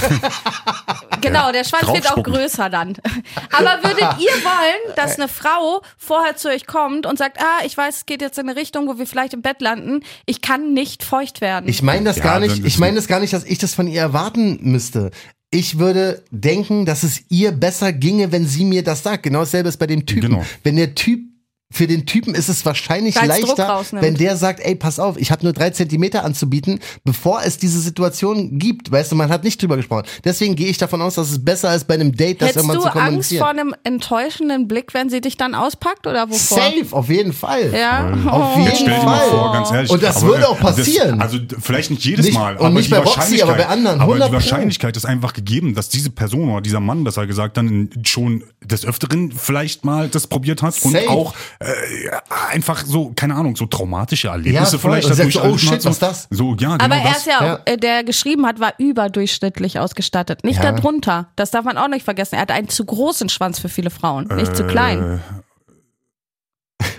Speaker 3: Genau, der Schwanz wird auch
Speaker 4: Draufspucken.
Speaker 3: größer dann. Aber würdet ihr wollen, dass eine Frau vorher zu euch kommt und sagt, ah, ich weiß, es geht jetzt in eine Richtung, wo wir vielleicht im Bett landen, ich kann nicht feucht werden?
Speaker 2: Ich meine das
Speaker 4: Ja,
Speaker 2: gar
Speaker 4: dann
Speaker 2: nicht.
Speaker 4: ist-
Speaker 2: Ich meine das gar nicht, dass ich das von ihr erwarten müsste. Ich würde denken, dass es ihr besser ginge, wenn sie mir das sagt. Genau dasselbe ist bei dem Typen.
Speaker 4: Genau.
Speaker 2: Wenn der Typ für den Typen ist es wahrscheinlich
Speaker 3: Weil's Druck
Speaker 2: leichter,
Speaker 3: rausnimmt.
Speaker 2: wenn der sagt, ey, pass auf, ich habe nur drei Zentimeter anzubieten, bevor es diese Situation gibt. Weißt du, man hat nicht drüber gesprochen. Deswegen gehe ich davon aus, dass es besser ist, bei einem Date das
Speaker 3: Hättest
Speaker 2: irgendwann
Speaker 3: du
Speaker 2: zu
Speaker 3: Angst vor
Speaker 2: kommunizieren.
Speaker 3: einem enttäuschenden Blick, wenn sie dich dann auspackt oder wovor?
Speaker 2: Safe, auf jeden Fall.
Speaker 3: Ja. Oh.
Speaker 2: Auf jeden
Speaker 4: Jetzt stell dir mal
Speaker 2: Fall.
Speaker 4: vor, ganz ehrlich.
Speaker 2: Und das würde auch passieren.
Speaker 4: Das, also d- vielleicht nicht jedes
Speaker 2: Nicht-
Speaker 4: Mal,
Speaker 2: und nicht
Speaker 4: die
Speaker 2: bei Roxy, aber bei anderen,
Speaker 4: Aber
Speaker 2: 100
Speaker 4: die
Speaker 2: Pro.
Speaker 4: Wahrscheinlichkeit ist einfach gegeben, dass diese Person oder dieser Mann, das er gesagt hat, schon des Öfteren vielleicht mal das probiert hat
Speaker 2: Safe.
Speaker 4: und auch äh, einfach so, keine Ahnung, so traumatische Erlebnisse
Speaker 2: Ja, voll.
Speaker 4: vielleicht
Speaker 2: Und sagt
Speaker 4: dadurch
Speaker 2: so, oh
Speaker 4: erlitten hat,
Speaker 2: shit, was ist das?
Speaker 4: So, ja, genau
Speaker 3: Aber er
Speaker 4: das.
Speaker 3: ist ja,
Speaker 2: ja.
Speaker 3: auch, äh, der geschrieben hat, war überdurchschnittlich ausgestattet. Nicht
Speaker 2: Ja.
Speaker 3: darunter. Das darf man auch nicht vergessen. Er hat einen zu großen Schwanz für viele Frauen, nicht zu
Speaker 4: Äh,
Speaker 3: klein.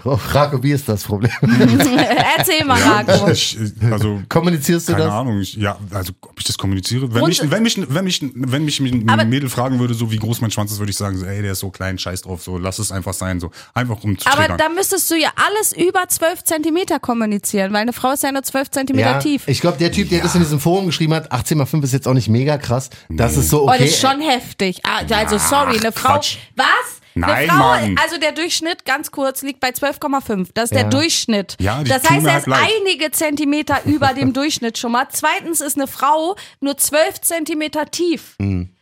Speaker 2: Oh, Rako, wie ist das Problem?
Speaker 3: Erzähl mal, Marco.
Speaker 4: Äh, ich, äh, also
Speaker 2: Kommunizierst du
Speaker 4: Keine
Speaker 2: das?
Speaker 4: Ahnung, ich, ja, also ob ich das kommuniziere. Wenn
Speaker 3: Und-
Speaker 4: mich, wenn mich, wenn mich, wenn mich
Speaker 3: Aber-
Speaker 4: ein Mädel fragen würde, so wie groß mein Schwanz ist, würde ich sagen, so, ey, der ist so klein, scheiß drauf, so lass es einfach sein, so einfach um zu
Speaker 3: Aber
Speaker 4: triggern.
Speaker 3: da müsstest du ja alles über 12 Zentimeter kommunizieren, weil eine Frau ist ja nur 12 Zentimeter
Speaker 2: Ja,
Speaker 3: tief.
Speaker 2: Ich glaube, der Typ, der das in diesem Forum geschrieben hat, 18 mal 5 ist jetzt auch nicht mega krass. Das ist so
Speaker 3: Oh,
Speaker 2: okay. äh,
Speaker 3: das ist schon heftig. Ah, Also sorry, eine Frau.
Speaker 4: Quatsch.
Speaker 3: Was? eine
Speaker 4: Nein,
Speaker 3: Frau,
Speaker 4: Mann.
Speaker 3: also der Durchschnitt, ganz kurz, liegt bei 12,5. Das ist
Speaker 2: Ja.
Speaker 3: der Durchschnitt.
Speaker 4: Ja, die
Speaker 3: das
Speaker 4: tun
Speaker 3: heißt,
Speaker 4: mir
Speaker 3: er
Speaker 4: halt
Speaker 3: ist
Speaker 4: leid.
Speaker 3: einige Zentimeter über dem Durchschnitt schon mal. Zweitens ist eine Frau nur 12 Zentimeter tief.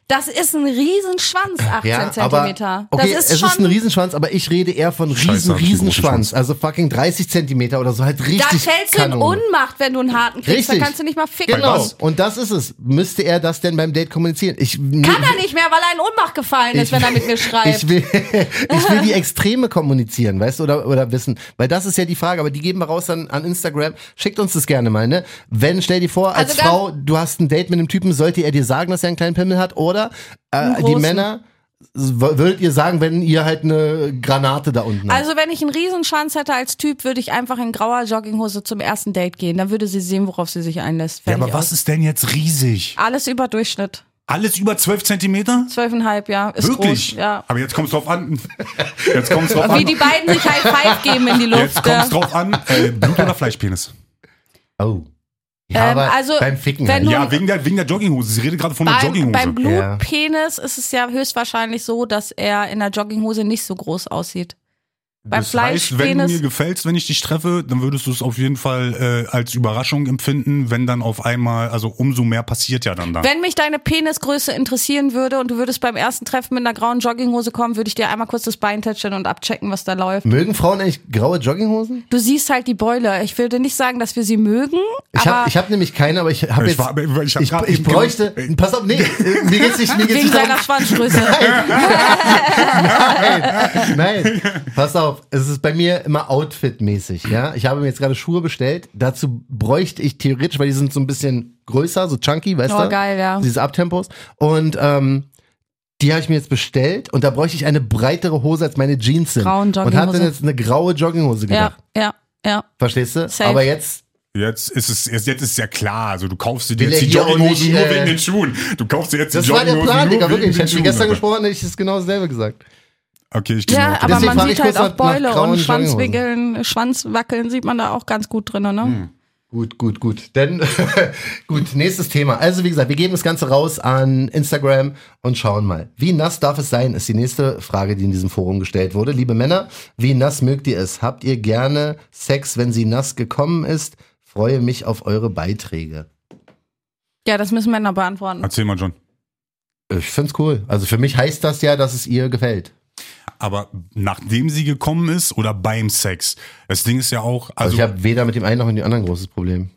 Speaker 3: Das ist ein Riesenschwanz, 18
Speaker 2: Hm. ja,
Speaker 3: Zentimeter.
Speaker 2: aber, okay,
Speaker 3: das ist
Speaker 2: es
Speaker 3: schon
Speaker 2: ist ein Riesenschwanz, aber ich rede eher von riesen,
Speaker 4: Scheiße, hab ich einen großen
Speaker 2: Riesenschwanz.
Speaker 4: Schwanz.
Speaker 2: Also fucking 30 Zentimeter oder so halt richtig
Speaker 3: da fällst du in
Speaker 2: Kanone.
Speaker 3: Ohnmacht, wenn du einen harten kriegst.
Speaker 2: Richtig.
Speaker 3: Da kannst du nicht mal ficken.
Speaker 2: Genau. Und das ist es. Müsste er das denn beim Date kommunizieren? Ich,
Speaker 3: Kann er nicht mehr, weil er in Ohnmacht gefallen ist, wenn er mit mir schreibt.
Speaker 2: Ich will, ich will die Extreme kommunizieren, weißt du, oder, oder wissen. Weil das ist ja die Frage, aber die geben wir raus an, an Instagram. Schickt uns das gerne mal, ne? Wenn, stell dir vor, als
Speaker 3: Also ganz-
Speaker 2: Frau, du hast ein Date mit einem Typen, sollte er dir sagen, dass er einen kleinen Pimmel hat? Oder äh, die
Speaker 3: großen.
Speaker 2: Männer, w- würdet ihr sagen, wenn ihr halt eine Granate da unten habt?
Speaker 3: Also wenn ich einen Riesenschwanz hätte als Typ, würde ich einfach in grauer Jogginghose zum ersten Date gehen. Dann würde sie sehen, worauf sie sich einlässt.
Speaker 4: ja,
Speaker 3: Fertig
Speaker 4: aber was
Speaker 3: aus.
Speaker 4: ist denn jetzt riesig?
Speaker 3: Alles über Durchschnitt.
Speaker 4: Alles über 12 Zentimeter?
Speaker 3: Zwölfeinhalb, ja. Ist
Speaker 4: Wirklich?
Speaker 3: groß. Ja.
Speaker 4: Aber jetzt kommt's drauf an. Jetzt kommt's drauf
Speaker 3: Wie
Speaker 4: an.
Speaker 3: die beiden sich High Five geben in die Luft.
Speaker 4: Jetzt kommt's
Speaker 3: ja.
Speaker 4: drauf an, äh, Blut oder Fleischpenis.
Speaker 2: oh. Ja,
Speaker 3: Also, Ähm,
Speaker 2: aber
Speaker 3: also,
Speaker 2: beim Ficken
Speaker 3: wenn
Speaker 2: halt.
Speaker 3: du-
Speaker 4: Ja, wegen der, wegen der Jogginghose. Sie redet gerade von der
Speaker 3: Beim,
Speaker 4: Jogginghose.
Speaker 3: beim
Speaker 2: Ja.
Speaker 3: Blutpenis ist es ja höchstwahrscheinlich so, dass er in der Jogginghose nicht so groß aussieht. Beim
Speaker 4: das
Speaker 3: Fleisch,
Speaker 4: heißt, wenn du
Speaker 3: Penis-
Speaker 4: mir gefällst, wenn ich dich treffe, dann würdest du es auf jeden Fall äh, als Überraschung empfinden, wenn dann auf einmal, also umso mehr passiert ja dann da.
Speaker 3: Wenn mich deine Penisgröße interessieren würde und du würdest beim ersten Treffen mit einer grauen Jogginghose kommen, würde ich dir einmal kurz das Bein tätscheln und abchecken, was da läuft.
Speaker 2: Mögen Frauen eigentlich graue Jogginghosen?
Speaker 3: Du siehst halt die Beule. Ich würde nicht sagen, dass wir sie mögen,
Speaker 2: Ich
Speaker 3: aber
Speaker 2: habe ich hab nämlich keine, aber ich habe
Speaker 4: Ich
Speaker 2: jetzt.
Speaker 4: war- ich
Speaker 2: ich,
Speaker 4: hab
Speaker 2: ich,
Speaker 4: grad eben genau-
Speaker 2: bräuchte.
Speaker 4: gedacht-
Speaker 2: Pass auf, nee, äh, mir geht's nicht, mir geht's
Speaker 3: wegen
Speaker 2: nicht darum.
Speaker 3: seiner Schwanzgröße.
Speaker 2: Nein, nein. Pass auf, es ist bei mir immer outfitmäßig, ja. Ich habe mir jetzt gerade Schuhe bestellt. Dazu bräuchte ich theoretisch, weil die sind so ein bisschen größer, so chunky, weißt
Speaker 3: Oh,
Speaker 2: du?
Speaker 3: geil, ja.
Speaker 2: Diese Abtempos. Und ähm, die habe ich mir jetzt bestellt und da bräuchte ich eine breitere Hose als meine Jeans sind.
Speaker 3: Grauen
Speaker 2: und habe dann
Speaker 3: Jogginghose.
Speaker 2: jetzt eine graue Jogginghose
Speaker 3: ja,
Speaker 2: gedacht.
Speaker 3: ja, ja.
Speaker 2: Verstehst du?
Speaker 3: Safe.
Speaker 2: Aber jetzt,
Speaker 4: Jetzt ist es jetzt, jetzt ist ja klar, also du kaufst dir
Speaker 2: Will
Speaker 4: jetzt
Speaker 2: er
Speaker 4: die
Speaker 2: hier auch
Speaker 4: Jogginghosen
Speaker 2: nicht,
Speaker 4: nur
Speaker 2: äh,
Speaker 4: wegen den Schuhen. Du kaufst dir jetzt
Speaker 2: das
Speaker 4: die
Speaker 2: war der
Speaker 4: Jogginghosen
Speaker 2: Plan,
Speaker 4: nur
Speaker 2: Digga,
Speaker 4: wegen
Speaker 2: wirklich. Ich
Speaker 4: den
Speaker 2: hätte
Speaker 4: Schuhen.
Speaker 2: mir gestern
Speaker 4: aber-
Speaker 2: gesprochen, hätte ich das genau dasselbe gesagt.
Speaker 4: Okay, ich geh mal
Speaker 3: Ja,
Speaker 4: auf
Speaker 3: aber
Speaker 2: Deswegen
Speaker 3: man
Speaker 2: frage ich
Speaker 3: sieht halt
Speaker 2: kurz nach-
Speaker 3: auch Beule
Speaker 2: nach grauen
Speaker 3: und Schwanzwickeln,
Speaker 2: Jogginghosen.
Speaker 3: Schwanzwackeln sieht man da auch ganz gut drin, ne?
Speaker 2: Hm. Gut, gut, gut. Denn gut, nächstes Thema. Also wie gesagt, wir geben das Ganze raus an Instagram und schauen mal. Wie nass darf es sein, ist die nächste Frage, die in diesem Forum gestellt wurde. Liebe Männer, wie nass mögt ihr es? Habt ihr gerne Sex, wenn sie nass gekommen ist? Freue mich auf eure Beiträge.
Speaker 3: Ja, das müssen Männer beantworten.
Speaker 4: Erzähl mal, John.
Speaker 2: Ich find's cool. Also für mich heißt das ja, dass es ihr gefällt.
Speaker 4: Aber nachdem sie gekommen ist oder beim Sex? Das Ding ist ja auch,
Speaker 2: Also
Speaker 4: also,
Speaker 2: ich habe weder mit dem einen noch mit dem anderen großes Problem.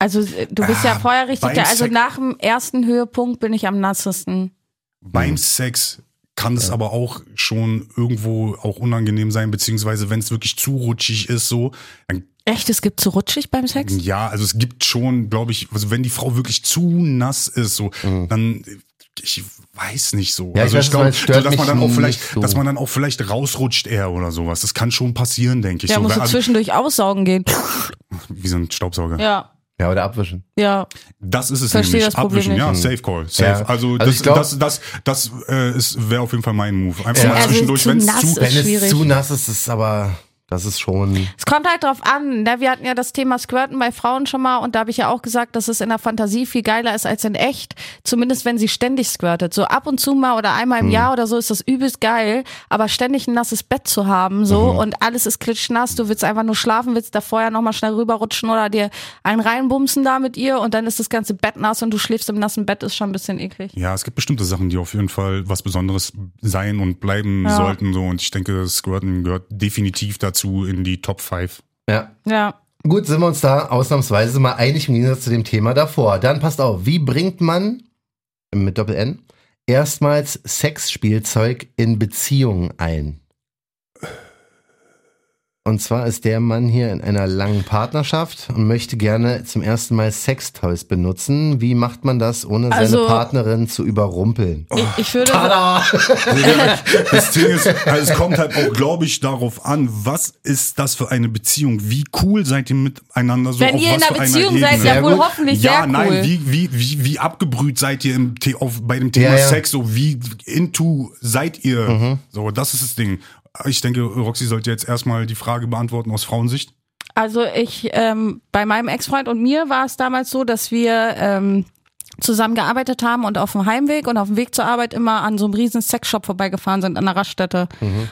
Speaker 3: Also äh, du bist ja
Speaker 4: Ah,
Speaker 3: vorher richtig,
Speaker 4: beim
Speaker 3: ja, also
Speaker 4: Sex-
Speaker 3: nach dem ersten Höhepunkt bin ich am nassesten.
Speaker 4: beim Sex kann es aber auch schon irgendwo auch unangenehm sein, beziehungsweise wenn es wirklich zu rutschig ist, so, dann
Speaker 3: Echt, es gibt zu rutschig beim Sex?
Speaker 2: Hm.
Speaker 4: Ja, also es gibt schon, glaube ich, also wenn die Frau wirklich zu nass ist, so, dann ich weiß nicht so.
Speaker 2: Mhm. Ja, ich
Speaker 4: also
Speaker 2: weiß,
Speaker 4: glaub,
Speaker 2: es stört
Speaker 4: dass
Speaker 2: mich
Speaker 4: man dann auch
Speaker 2: nicht
Speaker 4: vielleicht,
Speaker 2: so.
Speaker 4: dass man dann auch vielleicht rausrutscht eher oder sowas. Das kann schon passieren, denke ich.
Speaker 3: Ja,
Speaker 4: so.
Speaker 3: musst du
Speaker 4: also,
Speaker 3: zwischendurch aussaugen gehen.
Speaker 4: wie so ein Staubsauger.
Speaker 3: Ja,
Speaker 2: Ja, oder abwischen.
Speaker 3: ja.
Speaker 4: Das ist es
Speaker 3: Verstehe
Speaker 4: nämlich.
Speaker 3: das Problem
Speaker 4: Abwischen,
Speaker 3: nicht.
Speaker 4: ja, Safe Call. Safe.
Speaker 2: Ja.
Speaker 4: Also,
Speaker 2: Also
Speaker 4: das,
Speaker 2: ich glaub-
Speaker 4: das, das, das, äh, ist wäre auf jeden Fall mein Move. Einfach
Speaker 2: Ja.
Speaker 4: mal
Speaker 2: Also
Speaker 4: zwischendurch,
Speaker 3: zu
Speaker 4: wenn es
Speaker 3: nass
Speaker 4: zu.
Speaker 3: ist.
Speaker 2: Wenn es
Speaker 3: schwierig.
Speaker 2: zu nass ist, ist aber das ist schon
Speaker 3: Es kommt halt drauf an. Ne? Wir hatten ja das Thema Squirten bei Frauen schon mal und da habe ich ja auch gesagt, dass es in der Fantasie viel geiler ist als in echt. Zumindest wenn sie ständig squirtet. So ab und zu mal oder einmal im
Speaker 4: Hm.
Speaker 3: Jahr oder so ist das übelst geil. Aber ständig ein nasses Bett zu haben so
Speaker 4: Mhm.
Speaker 3: und alles ist klitschnass. Du willst einfach nur schlafen, willst da vorher nochmal schnell rüberrutschen oder dir einen reinbumsen da mit ihr und dann ist das ganze Bett nass und du schläfst im nassen Bett, ist schon ein bisschen eklig.
Speaker 4: Ja, es gibt bestimmte Sachen, die auf jeden Fall was Besonderes sein und bleiben
Speaker 3: Ja.
Speaker 4: sollten. So. Und ich denke, Squirten gehört definitiv dazu in die Top 5.
Speaker 2: ja,
Speaker 3: Ja.
Speaker 2: Gut, sind wir uns da ausnahmsweise mal einig im Gegensatz zu dem Thema davor. Dann passt auf, wie bringt man mit Doppel-N erstmals Sexspielzeug in Beziehungen ein? Und zwar ist der Mann hier in einer langen Partnerschaft und möchte gerne zum ersten Mal Sextoys benutzen. Wie macht man das, ohne
Speaker 3: Also-
Speaker 2: seine Partnerin zu überrumpeln?
Speaker 3: Ich, ich würde
Speaker 2: Tada!
Speaker 4: Das Ding ist, also es kommt halt auch, glaube ich, darauf an, was ist das für eine Beziehung? Wie cool seid ihr miteinander so?
Speaker 3: Wenn
Speaker 4: auf
Speaker 3: ihr in
Speaker 4: was
Speaker 3: einer
Speaker 4: für
Speaker 3: Beziehung seid,
Speaker 4: Ebene?
Speaker 2: Sehr
Speaker 3: ja wohl
Speaker 2: gut.
Speaker 3: hoffentlich
Speaker 4: ja,
Speaker 3: sehr cool.
Speaker 4: nein, wie, wie, wie, wie abgebrüht seid ihr im The auf, bei dem Thema
Speaker 2: Ja, Mhm. ja.
Speaker 4: Sex? So, wie into seid ihr? So, das ist das Ding. Ich denke, Roxy sollte jetzt erstmal die Frage beantworten aus Frauensicht.
Speaker 3: Also ich, ähm, bei meinem Ex-Freund und mir war es damals so, dass wir ähm, zusammengearbeitet haben und auf dem Heimweg und auf dem Weg zur Arbeit immer an so einem riesen Sexshop vorbeigefahren sind an der Raststätte.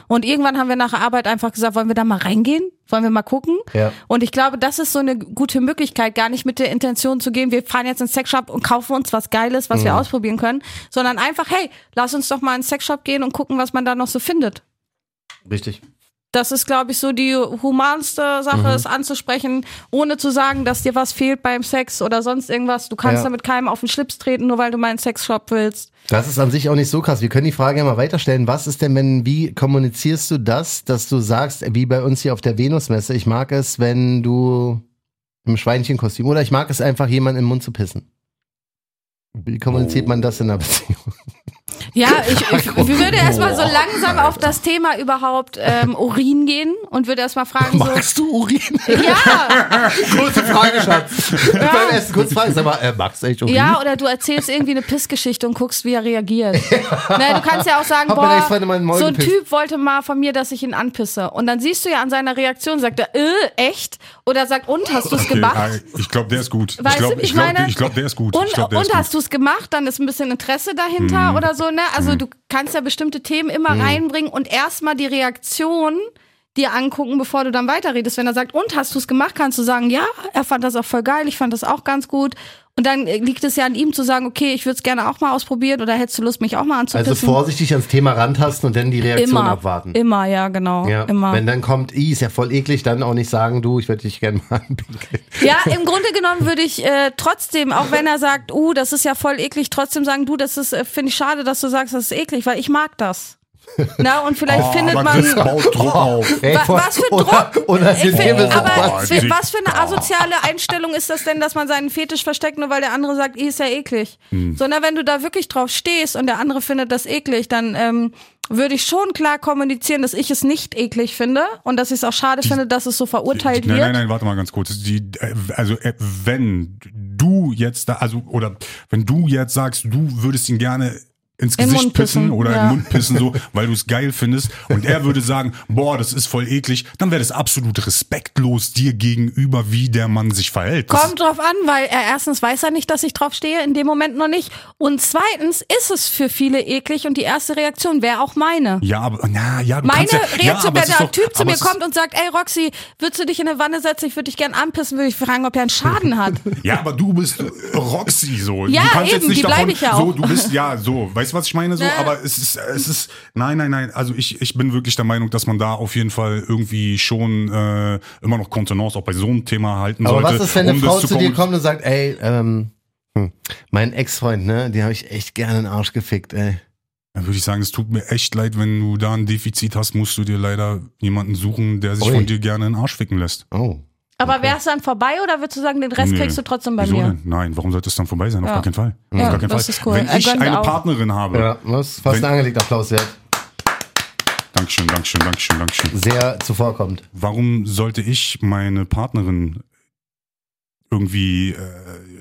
Speaker 3: Und irgendwann haben wir nach der Arbeit einfach gesagt, wollen wir da mal reingehen? Wollen wir mal gucken?
Speaker 2: Ja.
Speaker 3: Und ich glaube, das ist so eine gute Möglichkeit, gar nicht mit der Intention zu gehen, wir fahren jetzt in den Sexshop und kaufen uns was Geiles, was wir ausprobieren können, sondern einfach, hey, lass uns doch mal in den Sexshop gehen und gucken, was man da noch so findet.
Speaker 2: Richtig.
Speaker 3: Das ist, glaube ich, so die humanste
Speaker 2: Mhm.
Speaker 3: Sache, es anzusprechen, ohne zu sagen, dass dir was fehlt beim Sex oder sonst irgendwas. Du kannst
Speaker 2: Ja.
Speaker 3: damit keinem auf den Schlips treten, nur weil du mal einen Sexshop willst.
Speaker 2: Das ist an sich auch nicht so krass. Wir können die Frage ja mal weiterstellen. Was ist denn, wenn, wie kommunizierst du das, dass du sagst, wie bei uns hier auf der Venusmesse, ich mag es, wenn du im Schweinchenkostüm oder ich mag es einfach, jemanden im Mund zu pissen. Wie kommuniziert man das in einer Beziehung?
Speaker 3: Ja, ich, ich, ich würde erstmal so langsam auf das Thema überhaupt ähm, Urin gehen und würde erstmal fragen, so,
Speaker 2: du Urin?
Speaker 3: ja,
Speaker 2: kurze Frage, Schatz. Beim Essen, kurze Frage. Sag mal, äh, magst du echt Urin?
Speaker 3: ja, oder du erzählst irgendwie eine Pissgeschichte und guckst, wie er reagiert. Na, du kannst ja auch sagen,
Speaker 2: Hab mir
Speaker 3: boah,
Speaker 2: extra in meinen Maul
Speaker 3: so ein
Speaker 2: gepisst.
Speaker 3: Typ wollte mal von mir, dass ich ihn anpisse. Und dann siehst du ja an seiner Reaktion, sagt er, äh, echt? Oder sagt, und, hast du es gemacht?
Speaker 4: ah, ich glaube, der ist gut.
Speaker 3: Weißt
Speaker 4: ich glaube,
Speaker 3: du,
Speaker 4: ich
Speaker 3: ich
Speaker 4: glaube,
Speaker 3: meine-
Speaker 4: ich glaub, der ist gut.
Speaker 3: Und,
Speaker 4: ich glaub, der ist
Speaker 3: und
Speaker 4: gut. Mhm.
Speaker 3: hast du es gemacht, dann ist ein bisschen Interesse dahinter oder so, ne? Also du kannst ja bestimmte Themen immer reinbringen und erstmal die Reaktion, dir angucken, bevor du dann weiterredest. Wenn er sagt, und hast du es gemacht, kannst du sagen, ja, er fand das auch voll geil, ich fand das auch ganz gut. Und dann äh, liegt es ja an ihm zu sagen, okay, ich würde es gerne auch mal ausprobieren oder hättest du Lust, mich auch mal anzupissen?
Speaker 2: Also vorsichtig ans Thema rantasten und dann die Reaktion
Speaker 3: immer,
Speaker 2: abwarten.
Speaker 3: Immer, ja, genau.
Speaker 2: Ja,
Speaker 3: immer.
Speaker 2: Wenn dann kommt, i ist ja voll eklig, dann auch nicht sagen, du, ich würde dich gerne mal anpinkeln.
Speaker 3: Ja, im Grunde genommen würde ich äh, trotzdem, auch wenn er sagt, uh, das ist ja voll eklig, trotzdem sagen, du, das ist, äh, finde ich schade, dass du sagst, das ist eklig, weil ich mag das. Na, und vielleicht
Speaker 4: Oh,
Speaker 3: findet
Speaker 4: aber
Speaker 3: man.
Speaker 4: Chris baut Druck auf.
Speaker 2: Ey,
Speaker 3: Wa-
Speaker 2: voll
Speaker 3: was für
Speaker 2: uner-
Speaker 3: Druck? Ich
Speaker 2: Unangenehm
Speaker 3: find,
Speaker 2: ist
Speaker 3: aber
Speaker 4: sowas.
Speaker 3: für, was für eine asoziale Einstellung ist das denn, dass man seinen Fetisch versteckt, nur weil der andere sagt, "Ih, ist ja eklig.
Speaker 4: Hm.
Speaker 3: Sondern wenn du da wirklich drauf stehst und der andere findet das eklig, dann ähm, würde ich schon klar kommunizieren, dass ich es nicht eklig finde und dass ich es auch schade finde, dass es so verurteilt
Speaker 4: nein,
Speaker 3: wird.
Speaker 4: Nein, nein, warte mal ganz kurz. Die, äh, also äh, wenn du jetzt da, also oder wenn du jetzt sagst, du würdest ihn gerne ins
Speaker 3: Im
Speaker 4: Gesicht
Speaker 3: Mund
Speaker 4: pissen,
Speaker 3: pissen,
Speaker 4: oder im
Speaker 3: ja.
Speaker 4: Mund pissen so, weil du es geil findest und er würde sagen, boah, das ist voll eklig, dann wäre das absolut respektlos dir gegenüber, wie der Mann sich verhält. Das-
Speaker 3: Kommt drauf an, weil er erstens weiß er nicht, dass ich drauf stehe, in dem Moment noch nicht. Und zweitens ist es für viele eklig und die erste Reaktion wäre auch meine.
Speaker 4: Ja, aber na, ja, du
Speaker 3: Meine
Speaker 4: kannst ja, ja,
Speaker 3: Reaktion,
Speaker 4: aber es
Speaker 3: wenn
Speaker 4: ist
Speaker 3: der
Speaker 4: doch-
Speaker 3: Typ zu
Speaker 4: aber
Speaker 3: mir
Speaker 4: es ist-
Speaker 3: kommt und sagt, ey Roxy, würdest du dich in eine Wanne setzen, ich würde dich gern anpissen, würde ich fragen, ob er einen Schaden hat.
Speaker 4: Ja, aber du bist Roxy so.
Speaker 3: Ja,
Speaker 4: du kannst jetzt
Speaker 3: eben,
Speaker 4: nicht
Speaker 3: die
Speaker 4: davon.
Speaker 3: bleibe ich ja
Speaker 4: so,
Speaker 3: auch.
Speaker 4: du bist ja so. Weißt du, was ich meine? So,
Speaker 3: Ja.
Speaker 4: aber es ist, es ist. Nein, nein, nein. Also ich, ich bin wirklich der Meinung, dass man da auf jeden Fall irgendwie schon äh, immer noch Kontenance auch bei so einem Thema halten
Speaker 2: Aber
Speaker 4: sollte.
Speaker 2: was ist, wenn eine
Speaker 4: um das
Speaker 2: Frau zu dir
Speaker 4: kommen-
Speaker 2: kommt und sagt, ey, ähm, hm, mein Ex-Freund, ne, den habe ich echt gerne in den Arsch gefickt, ey.
Speaker 4: Dann würde ich sagen, es tut mir echt leid, wenn du da ein Defizit hast, musst du dir leider jemanden suchen, der sich
Speaker 2: Ui.
Speaker 4: von dir gerne in den Arsch ficken lässt.
Speaker 2: Oh.
Speaker 3: Aber wär's dann vorbei oder würdest du sagen, den Rest
Speaker 4: Nee.
Speaker 3: kriegst du trotzdem bei
Speaker 4: Wieso
Speaker 3: mir?
Speaker 4: denn? Nein, warum sollte es dann vorbei sein? Auf
Speaker 3: Ja.
Speaker 4: gar keinen Fall. Auf
Speaker 3: Ja,
Speaker 4: gar keinen
Speaker 3: das
Speaker 4: Fall.
Speaker 3: ist cool.
Speaker 4: Wenn
Speaker 3: Er
Speaker 4: ich
Speaker 3: gönnt
Speaker 4: eine
Speaker 3: auch.
Speaker 4: Partnerin habe,
Speaker 2: Ja, das ist fast
Speaker 4: Wenn-
Speaker 2: ein angelegter Applaus wert.
Speaker 4: Dankeschön, Dankeschön, Dankeschön, Dankeschön.
Speaker 2: Sehr zuvorkommt.
Speaker 4: warum sollte ich meine Partnerin irgendwie äh,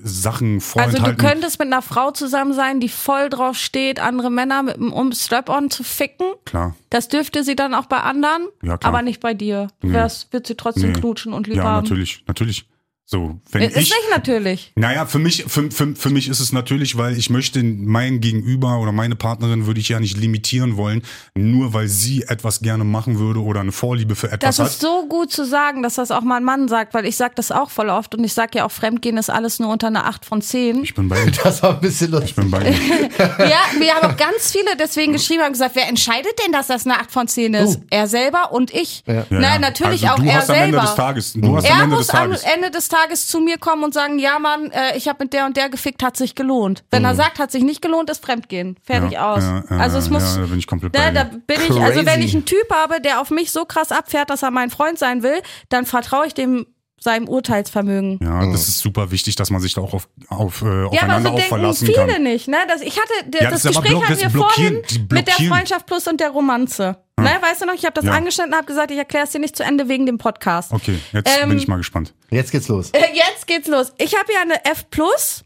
Speaker 4: Sachen
Speaker 3: Also du
Speaker 4: vorenthalten?
Speaker 3: könntest mit einer Frau zusammen sein, die voll drauf steht, andere Männer mit einem um Strap-on zu ficken.
Speaker 4: Klar.
Speaker 3: Das dürfte sie dann auch bei anderen,
Speaker 4: Ja, klar.
Speaker 3: aber nicht bei dir. Du
Speaker 4: Nee.
Speaker 3: wärst, wird sie trotzdem
Speaker 4: Nee.
Speaker 3: knutschen und lieb
Speaker 4: Ja,
Speaker 3: haben.
Speaker 4: natürlich, natürlich. So, wenn
Speaker 3: Äh, Ist
Speaker 4: ich
Speaker 3: nicht natürlich.
Speaker 4: Naja, für mich, für, für, für mich ist es natürlich, weil ich möchte mein Gegenüber oder meine Partnerin würde ich ja nicht limitieren wollen, nur weil sie etwas gerne machen würde oder eine Vorliebe für etwas
Speaker 3: Das
Speaker 4: hat.
Speaker 3: ist so gut zu sagen, dass das auch mal ein Mann sagt, weil ich sag das auch voll oft und ich sag ja auch, Fremdgehen ist alles nur unter einer 8 von 10.
Speaker 4: ich bin bei dir.
Speaker 2: Das war ein bisschen lustig.
Speaker 4: Ich bin bei dir.
Speaker 3: ja, wir haben auch ganz viele deswegen geschrieben und gesagt, wer entscheidet denn, dass das eine 8 von 10 ist? Er selber und ich.
Speaker 4: Oh. Ja,
Speaker 3: Nein,
Speaker 4: ja.
Speaker 3: natürlich
Speaker 4: also,
Speaker 3: auch
Speaker 4: du
Speaker 3: er
Speaker 4: hast am Ende des
Speaker 3: selber.
Speaker 4: Tages, du hast am
Speaker 3: Er
Speaker 4: Ende des
Speaker 3: muss am
Speaker 4: Tages.
Speaker 3: Ende des Tages zu mir kommen und sagen, ja Mann, äh, ich habe mit der und der gefickt, hat sich gelohnt. Wenn er sagt, hat sich nicht gelohnt, ist Fremdgehen. Fertig
Speaker 4: Mhm. Ja,
Speaker 3: aus.
Speaker 4: ja, ja,
Speaker 3: also es muss,
Speaker 4: ja, da bin ich komplett bei
Speaker 3: Ne, da
Speaker 4: dir.
Speaker 3: bin ich, also wenn
Speaker 2: Crazy.
Speaker 3: ich einen Typ habe, der auf mich so krass abfährt, dass er mein Freund sein will, dann vertraue ich dem seinem Urteilsvermögen.
Speaker 4: Ja, das ist super wichtig, dass man sich da auch auf, auf, äh,
Speaker 3: Ja, aber
Speaker 4: aufeinander
Speaker 3: so
Speaker 4: auch
Speaker 3: denken
Speaker 4: verlassen
Speaker 3: viele
Speaker 4: kann.
Speaker 3: nicht. Ne? Das, ich hatte d-
Speaker 4: Ja,
Speaker 3: das,
Speaker 4: das ist aber
Speaker 3: Gespräch
Speaker 4: block-
Speaker 3: hatten
Speaker 4: das
Speaker 3: wir
Speaker 4: blockieren,
Speaker 3: vorhin
Speaker 4: die
Speaker 3: mit der
Speaker 4: blockieren.
Speaker 3: Freundschaft plus und der Romanze. Ne, weißt du noch, ich habe das
Speaker 4: Ja.
Speaker 3: angeschnitten und habe gesagt, ich erkläre es dir nicht zu Ende wegen dem Podcast.
Speaker 4: Okay, jetzt
Speaker 3: Ähm,
Speaker 4: bin ich mal gespannt.
Speaker 2: Jetzt geht's los.
Speaker 3: Äh, Jetzt geht's los. Ich habe ja eine F plus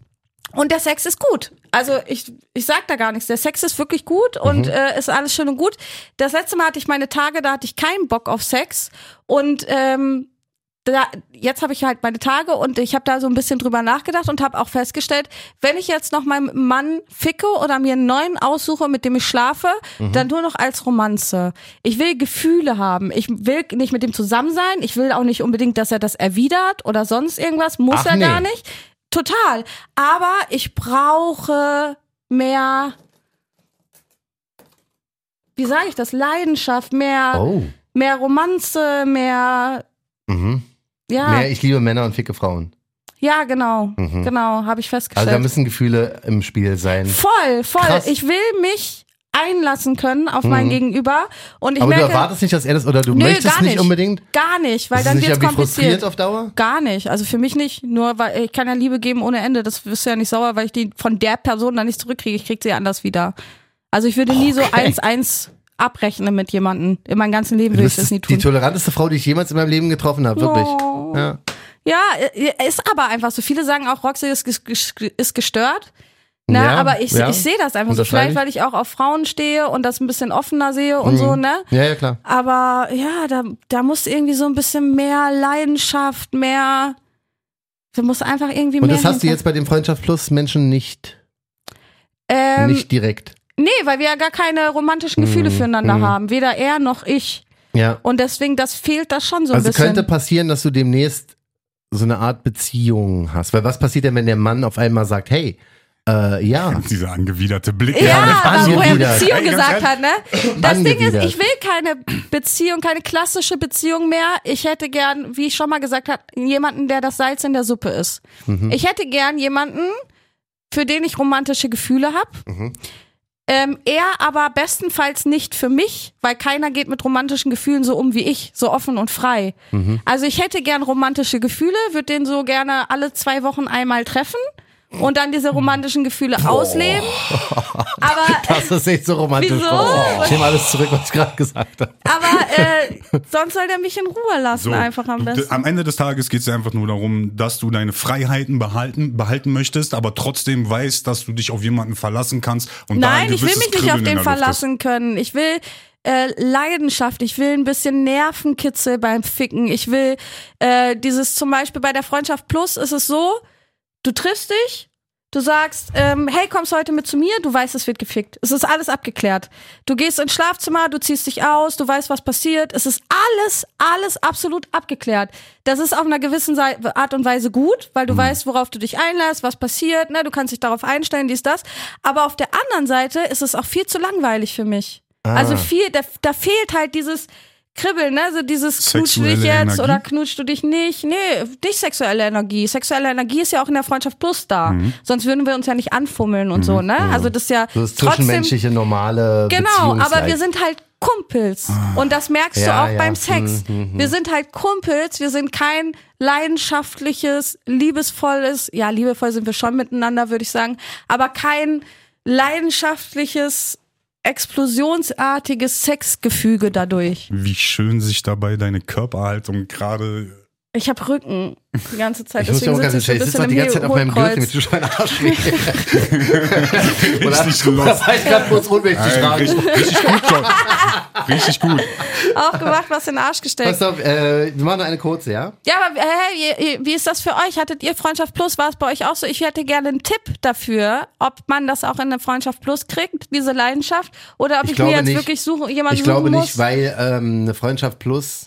Speaker 3: und der Sex ist gut. Also ich, ich sag da gar nichts. Der Sex ist wirklich gut und
Speaker 2: Mhm.
Speaker 3: äh, ist alles schön und gut. Das letzte Mal hatte ich meine Tage, da hatte ich keinen Bock auf Sex. Und ähm, da, jetzt habe ich halt meine Tage und ich habe da so ein bisschen drüber nachgedacht und habe auch festgestellt, wenn ich jetzt noch meinem Mann ficke oder mir einen neuen aussuche, mit dem ich schlafe,
Speaker 2: Mhm.
Speaker 3: dann nur noch als Romanze. Ich will Gefühle haben. Ich will nicht mit dem zusammen sein. Ich will auch nicht unbedingt, dass er das erwidert oder sonst irgendwas. Muss
Speaker 2: Ach,
Speaker 3: er gar
Speaker 2: nee.
Speaker 3: nicht. Total. Aber ich brauche mehr. Wie sage ich das? Leidenschaft, mehr,
Speaker 2: Oh.
Speaker 3: mehr Romanze, mehr.
Speaker 2: Mhm.
Speaker 3: Ja.
Speaker 2: Nee, ich liebe Männer und ficke Frauen.
Speaker 3: Ja, genau.
Speaker 2: Mhm.
Speaker 3: Genau, habe ich
Speaker 2: Also da
Speaker 3: festgestellt.
Speaker 2: müssen Gefühle im Spiel sein.
Speaker 3: voll, voll.
Speaker 2: Krass. Mhm.
Speaker 3: Ich will mich einlassen können auf mein Gegenüber und ich
Speaker 2: Aber du
Speaker 3: merke
Speaker 2: erwartest nicht, dass er das oder du
Speaker 3: Nö,
Speaker 2: möchtest
Speaker 3: gar
Speaker 2: nicht
Speaker 3: nicht.
Speaker 2: unbedingt.
Speaker 3: gar nicht, weil
Speaker 2: Bist du
Speaker 3: dann
Speaker 2: nicht
Speaker 3: wird's
Speaker 2: irgendwie frustriert
Speaker 3: kompliziert.
Speaker 2: auf Dauer?
Speaker 3: Gar nicht, also für mich nicht. Nur weil ich kann ja Liebe geben ohne Ende. Das wirst du ja nicht sauer, weil ich die von der Person dann nicht zurückkriege. Ich krieg sie ja anders wieder. Also ich würde nie so eins eins abrechnen mit jemandem. In meinem ganzen Leben
Speaker 2: Du
Speaker 3: würde ich
Speaker 2: bist
Speaker 3: das nie
Speaker 2: die
Speaker 3: tun.
Speaker 2: toleranteste Frau, die ich jemals in meinem Leben getroffen habe, wirklich.
Speaker 3: Oh.
Speaker 2: Ja.
Speaker 3: Ja, äh, ist aber einfach so. Viele sagen auch, Roxy ist, ges- ges- ist gestört. Ne?
Speaker 2: Ja,
Speaker 3: aber ich,
Speaker 2: ja.
Speaker 3: ich sehe das einfach so.
Speaker 2: Unterschreibe
Speaker 3: Vielleicht,
Speaker 2: ich.
Speaker 3: weil ich auch auf Frauen stehe und das ein bisschen offener sehe und so, ne?
Speaker 2: Mhm. ja, ja, klar.
Speaker 3: Aber ja, da, da muss irgendwie so ein bisschen mehr Leidenschaft, mehr. Da muss einfach irgendwie
Speaker 2: Und
Speaker 3: mehr.
Speaker 2: das hast du jetzt
Speaker 3: hinter-
Speaker 2: bei den Freundschaft Plus Menschen nicht,
Speaker 3: Ähm,
Speaker 2: nicht Mm, direkt.
Speaker 3: Nee, weil wir ja gar keine romantischen Gefühle füreinander haben. Weder er noch ich.
Speaker 2: Ja.
Speaker 3: Und deswegen, das fehlt da schon so ein
Speaker 2: Also
Speaker 3: bisschen.
Speaker 2: könnte passieren, dass du demnächst so eine Art Beziehung hast. Weil was passiert denn, wenn der Mann auf einmal sagt, hey, äh, ja,
Speaker 4: Dieser angewiderte Blick.
Speaker 3: ja,
Speaker 2: das
Speaker 3: aber wo er
Speaker 2: angewidert.
Speaker 3: Beziehung
Speaker 4: Ey, ganz
Speaker 3: gesagt
Speaker 4: ehrlich.
Speaker 3: hat, ne? Das Ding ist,
Speaker 2: Angewidert.
Speaker 3: ich will keine Beziehung, keine klassische Beziehung mehr. Ich hätte gern, wie ich schon mal gesagt habe, jemanden, der das Salz in der Suppe ist.
Speaker 2: Mhm.
Speaker 3: Ich hätte gern jemanden, für den ich romantische Gefühle habe. Ähm, er aber bestenfalls nicht für mich, weil keiner geht mit romantischen Gefühlen so um wie ich, so offen und frei. Also ich hätte gern romantische Gefühle, würde den so gerne alle zwei Wochen einmal treffen und dann diese romantischen Gefühle ausleben. Aber
Speaker 2: das ist nicht so romantisch. Oh,
Speaker 3: Wieso?
Speaker 2: Ich nehme alles zurück, was ich gerade gesagt habe.
Speaker 3: Aber äh, sonst soll der mich in Ruhe lassen,
Speaker 4: So,
Speaker 3: einfach am
Speaker 4: du-
Speaker 3: besten.
Speaker 4: am Ende des Tages geht es einfach nur darum, dass du deine Freiheiten behalten, behalten möchtest, aber trotzdem weißt, dass du dich auf jemanden verlassen kannst. Und da ein
Speaker 3: Nein, ich will
Speaker 4: gewisses
Speaker 3: mich nicht
Speaker 4: Kribbeln
Speaker 3: auf den
Speaker 4: in der Luft ist.
Speaker 3: verlassen können. Ich will äh, Leidenschaft, ich will ein bisschen Nervenkitzel beim Ficken. Ich will äh, dieses zum Beispiel bei der Freundschaft Plus ist es so, du triffst dich, du sagst, ähm, hey, kommst heute mit zu mir? Du weißt, es wird gefickt. Es ist alles abgeklärt. Du gehst ins Schlafzimmer, du ziehst dich aus, du weißt, was passiert. Es ist alles, alles absolut abgeklärt. Das ist auf einer gewissen Sei- Art und Weise gut,
Speaker 4: Mhm.
Speaker 3: weil du weißt, worauf du dich einlässt, was passiert, ne? du kannst dich darauf einstellen, dies, das. Aber auf der anderen Seite ist es auch viel zu langweilig für mich.
Speaker 4: Ah.
Speaker 3: Also viel, da, da fehlt halt dieses Kribbeln, ne? So dieses knutsch du dich
Speaker 4: Sexuelle
Speaker 3: jetzt
Speaker 4: Energie?
Speaker 3: oder knutschst du dich nicht. Nee, nicht sexuelle Energie. Sexuelle Energie ist ja auch in der Freundschaft plus da. Sonst würden wir uns ja nicht anfummeln und so, ne? Also das ist ja
Speaker 2: So das
Speaker 3: trotzdem.
Speaker 2: zwischenmenschliche, normale
Speaker 3: Genau, aber
Speaker 2: Beziehungsleid.
Speaker 3: wir sind halt Kumpels. Und das merkst
Speaker 2: Ja,
Speaker 3: du auch
Speaker 2: ja.
Speaker 3: beim Sex. Wir sind halt Kumpels, wir sind kein leidenschaftliches, liebevolles, ja, liebevoll sind wir schon miteinander, würde ich sagen, aber kein leidenschaftliches, explosionsartiges Sexgefüge dadurch.
Speaker 4: Wie schön sich dabei deine Körperhaltung gerade.
Speaker 3: Ich habe Rücken die ganze Zeit.
Speaker 2: Ich muss ja
Speaker 3: deswegen
Speaker 2: auch ganz
Speaker 3: sitze ich so ein
Speaker 2: ehrlich, ich sitze
Speaker 3: bisschen
Speaker 2: doch die
Speaker 3: im
Speaker 2: ganze Zeit auf meinem Gürtel mit
Speaker 3: Hohlkreuz.
Speaker 2: so schönen Arsch. Oder
Speaker 4: Richtig los.
Speaker 2: da war ich gerade kurz ohnmächtig
Speaker 4: Ey,
Speaker 2: fragen.
Speaker 4: richtig, richtig gut, John. Richtig gut.
Speaker 3: Aufgemacht, was in den Arsch gestellt.
Speaker 2: Pass auf, äh, wir machen eine kurze, ja?
Speaker 3: Ja, aber hey, wie- wie ist das für euch? Hattet ihr Freundschaft Plus? War es bei euch auch so? Ich hätte gerne einen Tipp dafür, ob man das auch in der Freundschaft Plus kriegt, diese Leidenschaft, oder ob ich, mir jetzt wirklich suchen, jemanden
Speaker 2: Ich glaube
Speaker 3: suchen
Speaker 2: nicht,
Speaker 3: muss.
Speaker 2: weil ähm, eine Freundschaft plus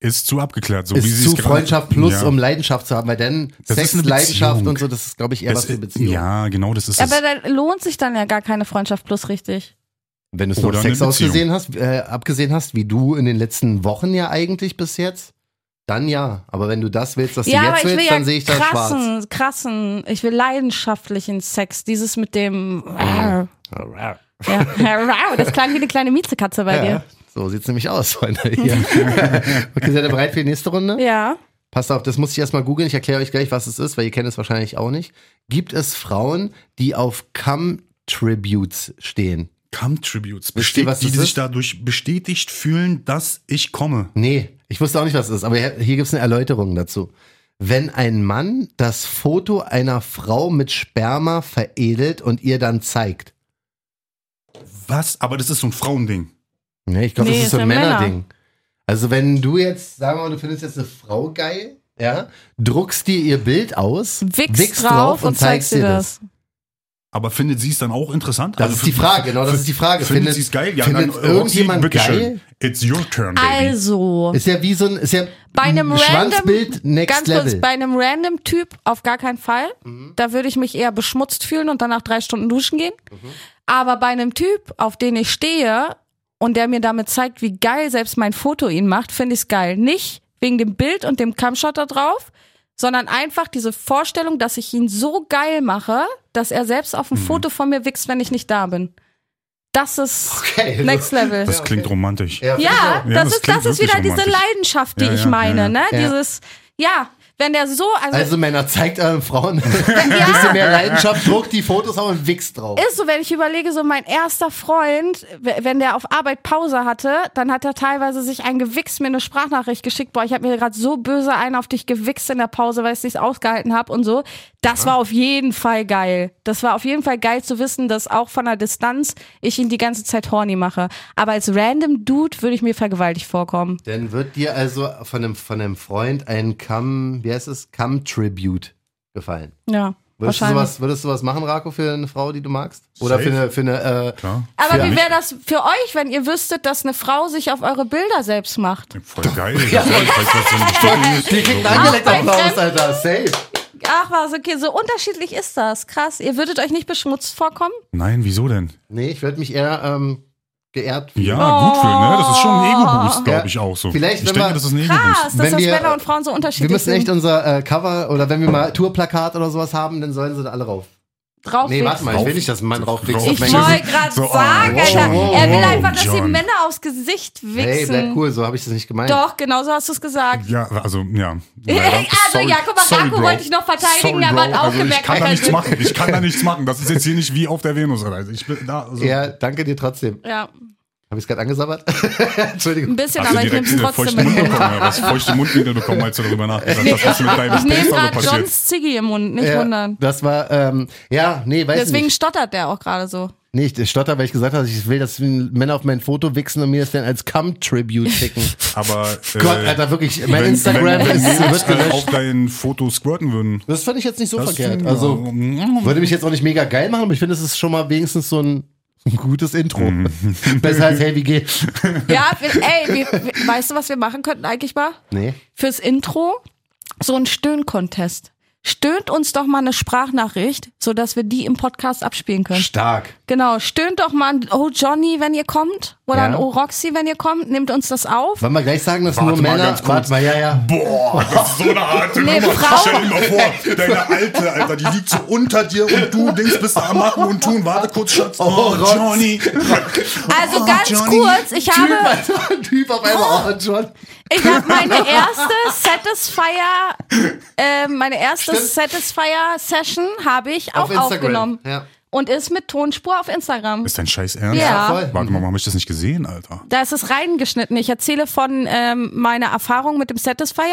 Speaker 4: Ist zu abgeklärt, so wie
Speaker 2: ist
Speaker 4: sie
Speaker 2: zu
Speaker 4: es gerade-
Speaker 2: Freundschaft plus,
Speaker 4: Ja.
Speaker 2: um Leidenschaft zu haben, weil dann
Speaker 4: Das
Speaker 2: Sex,
Speaker 4: ist eine Beziehung.
Speaker 2: Leidenschaft und so, das ist, glaube ich, eher
Speaker 4: Das
Speaker 2: was für
Speaker 4: ist-
Speaker 2: Beziehung.
Speaker 4: Ja, genau, das ist
Speaker 3: aber
Speaker 4: es.
Speaker 3: dann lohnt sich dann ja gar keine Freundschaft Plus richtig.
Speaker 2: Wenn du es noch
Speaker 4: Oder
Speaker 2: Sex
Speaker 4: eine Beziehung.
Speaker 2: ausgesehen hast, äh, abgesehen hast, wie du in den letzten Wochen ja eigentlich bis jetzt, dann ja. Aber wenn du das willst, was
Speaker 3: ja,
Speaker 2: du
Speaker 3: aber
Speaker 2: jetzt
Speaker 3: ich will
Speaker 2: willst,
Speaker 3: ja
Speaker 2: dann sehe ich da schwarz.
Speaker 3: krassen, krassen, ich will leidenschaftlichen Sex. Dieses mit dem.
Speaker 2: Ah.
Speaker 3: Ja. Wow, das klang wie eine kleine Miezekatze bei
Speaker 2: Ja, so sieht's nämlich aus, Freunde. Hier. okay, seid ihr bereit für die nächste Runde?
Speaker 3: dir. Ja.
Speaker 2: Passt auf, das muss ich erstmal googeln. Ich erkläre euch gleich, was es ist, weil ihr kennt es wahrscheinlich auch nicht. Gibt es Frauen, die auf Cum-Tributes stehen?
Speaker 4: Come-Tributes,
Speaker 2: Wisst ihr,
Speaker 4: bestät-
Speaker 2: was
Speaker 4: die
Speaker 2: das
Speaker 4: sich
Speaker 2: ist?
Speaker 4: dadurch bestätigt fühlen, dass ich komme.
Speaker 2: Nee, ich wusste auch nicht, was es ist, aber hier, hier gibt es eine Erläuterung dazu. Wenn ein Mann das Foto einer Frau mit Sperma veredelt und ihr dann zeigt.
Speaker 4: Was? Aber das ist so ein Frauending.
Speaker 2: Nee, ich glaube,
Speaker 3: Nee,
Speaker 2: das ist so
Speaker 3: ist
Speaker 2: ein
Speaker 3: ein Männer.
Speaker 2: Männerding. Also wenn du jetzt, sagen wir mal, du findest jetzt eine Frau geil, ja, druckst dir ihr Bild aus,
Speaker 3: Wichst, drauf und zeigst dir das.
Speaker 4: Aber findet sie es dann auch interessant? Also
Speaker 2: Das ist die
Speaker 4: für-
Speaker 2: Frage, genau, das ist die Frage. Findet-
Speaker 4: Findet, sie es geil? Ja,
Speaker 2: findet
Speaker 4: dann, äh,
Speaker 2: irgendjemand
Speaker 4: Roxy, bitteschön.
Speaker 2: geil?
Speaker 4: It's your turn, baby.
Speaker 3: Also.
Speaker 2: Ist ja wie so ein, ist ja
Speaker 3: Bei einem
Speaker 2: ein Schwanzbild
Speaker 3: random,
Speaker 2: next
Speaker 3: ganz
Speaker 2: level.
Speaker 3: kurz, bei einem random Typ auf gar keinen Fall. Da würde ich mich eher beschmutzt fühlen und danach drei Stunden duschen gehen. Aber bei einem Typ, auf den ich stehe und der mir damit zeigt, wie geil selbst mein Foto ihn macht, finde ich es geil. Nicht wegen dem Bild und dem Camshot da drauf, sondern einfach diese Vorstellung, dass ich ihn so geil mache, dass er selbst auf ein Foto von mir wächst, wenn ich nicht da bin. Das ist
Speaker 2: Okay, das-
Speaker 3: Next Level.
Speaker 4: Das klingt romantisch.
Speaker 2: Ja,
Speaker 3: Ja,
Speaker 4: Ja,
Speaker 3: das,
Speaker 4: das
Speaker 3: ist, das
Speaker 4: klingt
Speaker 3: ist wieder
Speaker 4: wirklich
Speaker 3: diese
Speaker 4: romantisch.
Speaker 3: Leidenschaft, die
Speaker 4: Ja,
Speaker 3: ich
Speaker 4: ja,
Speaker 3: meine,
Speaker 4: ja,
Speaker 3: ne?
Speaker 2: ja.
Speaker 3: Dieses, ja, wenn der so, also,
Speaker 2: Also Männer, zeigt euren Frauen ein bisschen mehr Leidenschaft, druckt die Fotos auf und wichst drauf.
Speaker 3: ist so, wenn ich überlege, so mein erster Freund, w- wenn der auf Arbeit Pause hatte, dann hat er teilweise sich ein Gewichs mir eine Sprachnachricht geschickt, boah, ich habe mir gerade so böse einen auf dich gewichst in der Pause, weil ich es nicht ausgehalten habe und so. Das war auf jeden Fall geil. Das war auf jeden Fall geil zu wissen, dass auch von der Distanz ich ihn die ganze Zeit horny mache. Aber als random Dude würde ich mir vergewaltigt vorkommen.
Speaker 2: Dann wird dir also von einem, von einem Freund ein Come, wie heißt es? Come Tribute gefallen.
Speaker 3: Ja.
Speaker 2: Würdest du,
Speaker 3: Wahrscheinlich.
Speaker 2: sowas, würdest du was machen, Rako, für eine Frau, die du magst? Oder
Speaker 4: Safe.
Speaker 2: für eine, für eine äh,
Speaker 4: Klar.
Speaker 3: Aber
Speaker 2: Ja.
Speaker 3: wie wäre das für euch, wenn ihr wüsstet, dass eine Frau sich auf eure Bilder selbst macht?
Speaker 4: Voll geil. Ja. Ich weiß, was so ein Bestand
Speaker 2: Die
Speaker 4: ist.
Speaker 2: kriegt
Speaker 4: So.
Speaker 2: einen angelegten
Speaker 3: Ach, bei
Speaker 2: Applaus,
Speaker 3: Fremden.
Speaker 2: Alter. Safe.
Speaker 3: Ach was, okay, so unterschiedlich ist das. Krass. Ihr würdet euch nicht beschmutzt vorkommen?
Speaker 4: Nein, wieso denn?
Speaker 2: Nee, ich würde mich eher ähm, geehrt fühlen.
Speaker 4: Ja, gut für, ne? Das ist schon ein Ego-Boost, glaube ich auch so.
Speaker 2: Vielleicht,
Speaker 4: ich
Speaker 2: wenn
Speaker 4: denke,
Speaker 2: man-
Speaker 4: das ist ein Ego-Boost.
Speaker 3: Krass, dass
Speaker 2: Wenn
Speaker 3: Ah, das
Speaker 2: wir-
Speaker 3: Männer und Frauen so
Speaker 2: Wir
Speaker 3: unterschiedlich
Speaker 2: müssen echt
Speaker 3: sind.
Speaker 2: unser äh, Cover oder wenn wir mal Tourplakat oder sowas haben, dann sollen sie da alle rauf. Nee,
Speaker 3: Draufwichsen.
Speaker 2: warte mal, ich will
Speaker 4: Rauf-
Speaker 2: nicht, dass ein Mann raufkriegt.
Speaker 4: Rauf-
Speaker 3: Ich
Speaker 4: Wenn
Speaker 3: wollte
Speaker 4: sie-
Speaker 3: gerade
Speaker 4: So, oh,
Speaker 3: sagen,
Speaker 4: wow,
Speaker 3: Alter, er will
Speaker 4: wow,
Speaker 3: einfach, dass die
Speaker 4: John.
Speaker 3: Männer aufs Gesicht
Speaker 2: Hey,
Speaker 3: wichsen.
Speaker 2: bleib cool, so habe ich das nicht gemeint.
Speaker 3: Doch, genau so hast du es gesagt.
Speaker 4: Ja, also, ja.
Speaker 3: Hey, also, ja, guck mal, Rako wollte ich noch verteidigen,
Speaker 4: Sorry,
Speaker 3: aber hat
Speaker 4: Bro.
Speaker 3: auch
Speaker 4: also, Ich
Speaker 3: gemerkt,
Speaker 4: kann
Speaker 3: dass
Speaker 4: da
Speaker 3: er
Speaker 4: nichts
Speaker 3: sind.
Speaker 4: machen. Ich kann da nichts machen. Das ist jetzt hier nicht wie auf der Venus. Alter. Ich bin da. Also,
Speaker 2: Ja, danke dir trotzdem.
Speaker 3: Ja,
Speaker 2: Habe ich es gerade angesabbert? Entschuldigung.
Speaker 3: ein bisschen, Also
Speaker 4: Hast du
Speaker 3: aber ich
Speaker 4: direkt
Speaker 3: nehme es
Speaker 4: einen
Speaker 3: trotzdem
Speaker 4: feuchten Mund
Speaker 3: mit.
Speaker 4: bekommen, ja, was feuchte Mundwinkel bekommen, als du darüber nachgedacht hast, was mit deinem
Speaker 3: Ich nehme
Speaker 4: Space so
Speaker 3: gerade
Speaker 4: passiert.
Speaker 3: Johns Ziggy im Mund, nicht
Speaker 2: Ja,
Speaker 3: wundern.
Speaker 2: das war, ähm, ja, nee, weiß
Speaker 3: Deswegen
Speaker 2: nicht.
Speaker 3: stottert der auch gerade so.
Speaker 2: Nee, ich stotter, weil ich gesagt habe, ich will, dass Männer auf mein Foto wichsen und mir das dann als Cum-Tribute schicken.
Speaker 4: Aber äh,
Speaker 2: Gott, Alter, wirklich, mein
Speaker 4: wenn-
Speaker 2: Instagram
Speaker 4: wenn, wenn
Speaker 2: ist,
Speaker 4: Mädels,
Speaker 2: wird
Speaker 4: äh,
Speaker 2: gelöscht.
Speaker 4: auf dein Foto squirten würden.
Speaker 2: Das fand ich jetzt nicht so
Speaker 4: Das
Speaker 2: verkehrt.
Speaker 4: find-
Speaker 2: Also,
Speaker 4: ja.
Speaker 2: würde mich jetzt auch nicht mega geil machen, aber ich finde, es ist schon mal wenigstens so ein ein gutes Intro. Besser als Hey, wie geht's?
Speaker 3: Ja, wir, ey, wir, wir, weißt du, was wir machen könnten eigentlich mal?
Speaker 2: Nee.
Speaker 3: Fürs Intro so ein Stöhn-Contest. Stöhnt uns doch mal eine Sprachnachricht, sodass wir die im Podcast abspielen können.
Speaker 2: Stark.
Speaker 3: Genau, stöhnt doch mal ein Oh Johnny, wenn ihr kommt. Oder
Speaker 2: Ja.
Speaker 3: ein Oh Roxy, wenn ihr kommt. Nehmt uns das auf.
Speaker 2: Wollen wir gleich sagen, dass
Speaker 4: Warte
Speaker 2: nur
Speaker 4: mal
Speaker 2: Männer.
Speaker 4: ganz kurz.
Speaker 2: Warte mal, ja, ja.
Speaker 4: Boah, das ist so eine harte
Speaker 3: Nee,
Speaker 4: Nummer.
Speaker 3: Frau-
Speaker 4: Stell dir mal vor, deine Alte, Alter, die liegt so unter dir und du denkst, bist du am Machen und Tun. Warte kurz, Schatz.
Speaker 2: Oh,
Speaker 4: Oh,
Speaker 2: Rotz.
Speaker 4: Johnny.
Speaker 3: Also
Speaker 4: Oh,
Speaker 3: ganz
Speaker 4: Johnny.
Speaker 3: kurz, ich
Speaker 2: Typ,
Speaker 3: habe,
Speaker 2: Alter, Typ auf einmal. Oh, John.
Speaker 3: ich habe meine erste Satisfier, äh, meine erste
Speaker 2: Stimmt.
Speaker 3: Satisfier Session habe ich auch
Speaker 2: Auf Instagram,
Speaker 3: aufgenommen
Speaker 2: ja.
Speaker 3: und ist mit Tonspur auf Instagram.
Speaker 4: Ist dein Scheiß ernst?
Speaker 3: Ja.
Speaker 2: Voll.
Speaker 4: Warte mal, warum hab ich das nicht gesehen, Alter?
Speaker 3: Da ist es reingeschnitten. Ich erzähle von ähm, meiner Erfahrung mit dem Satisfier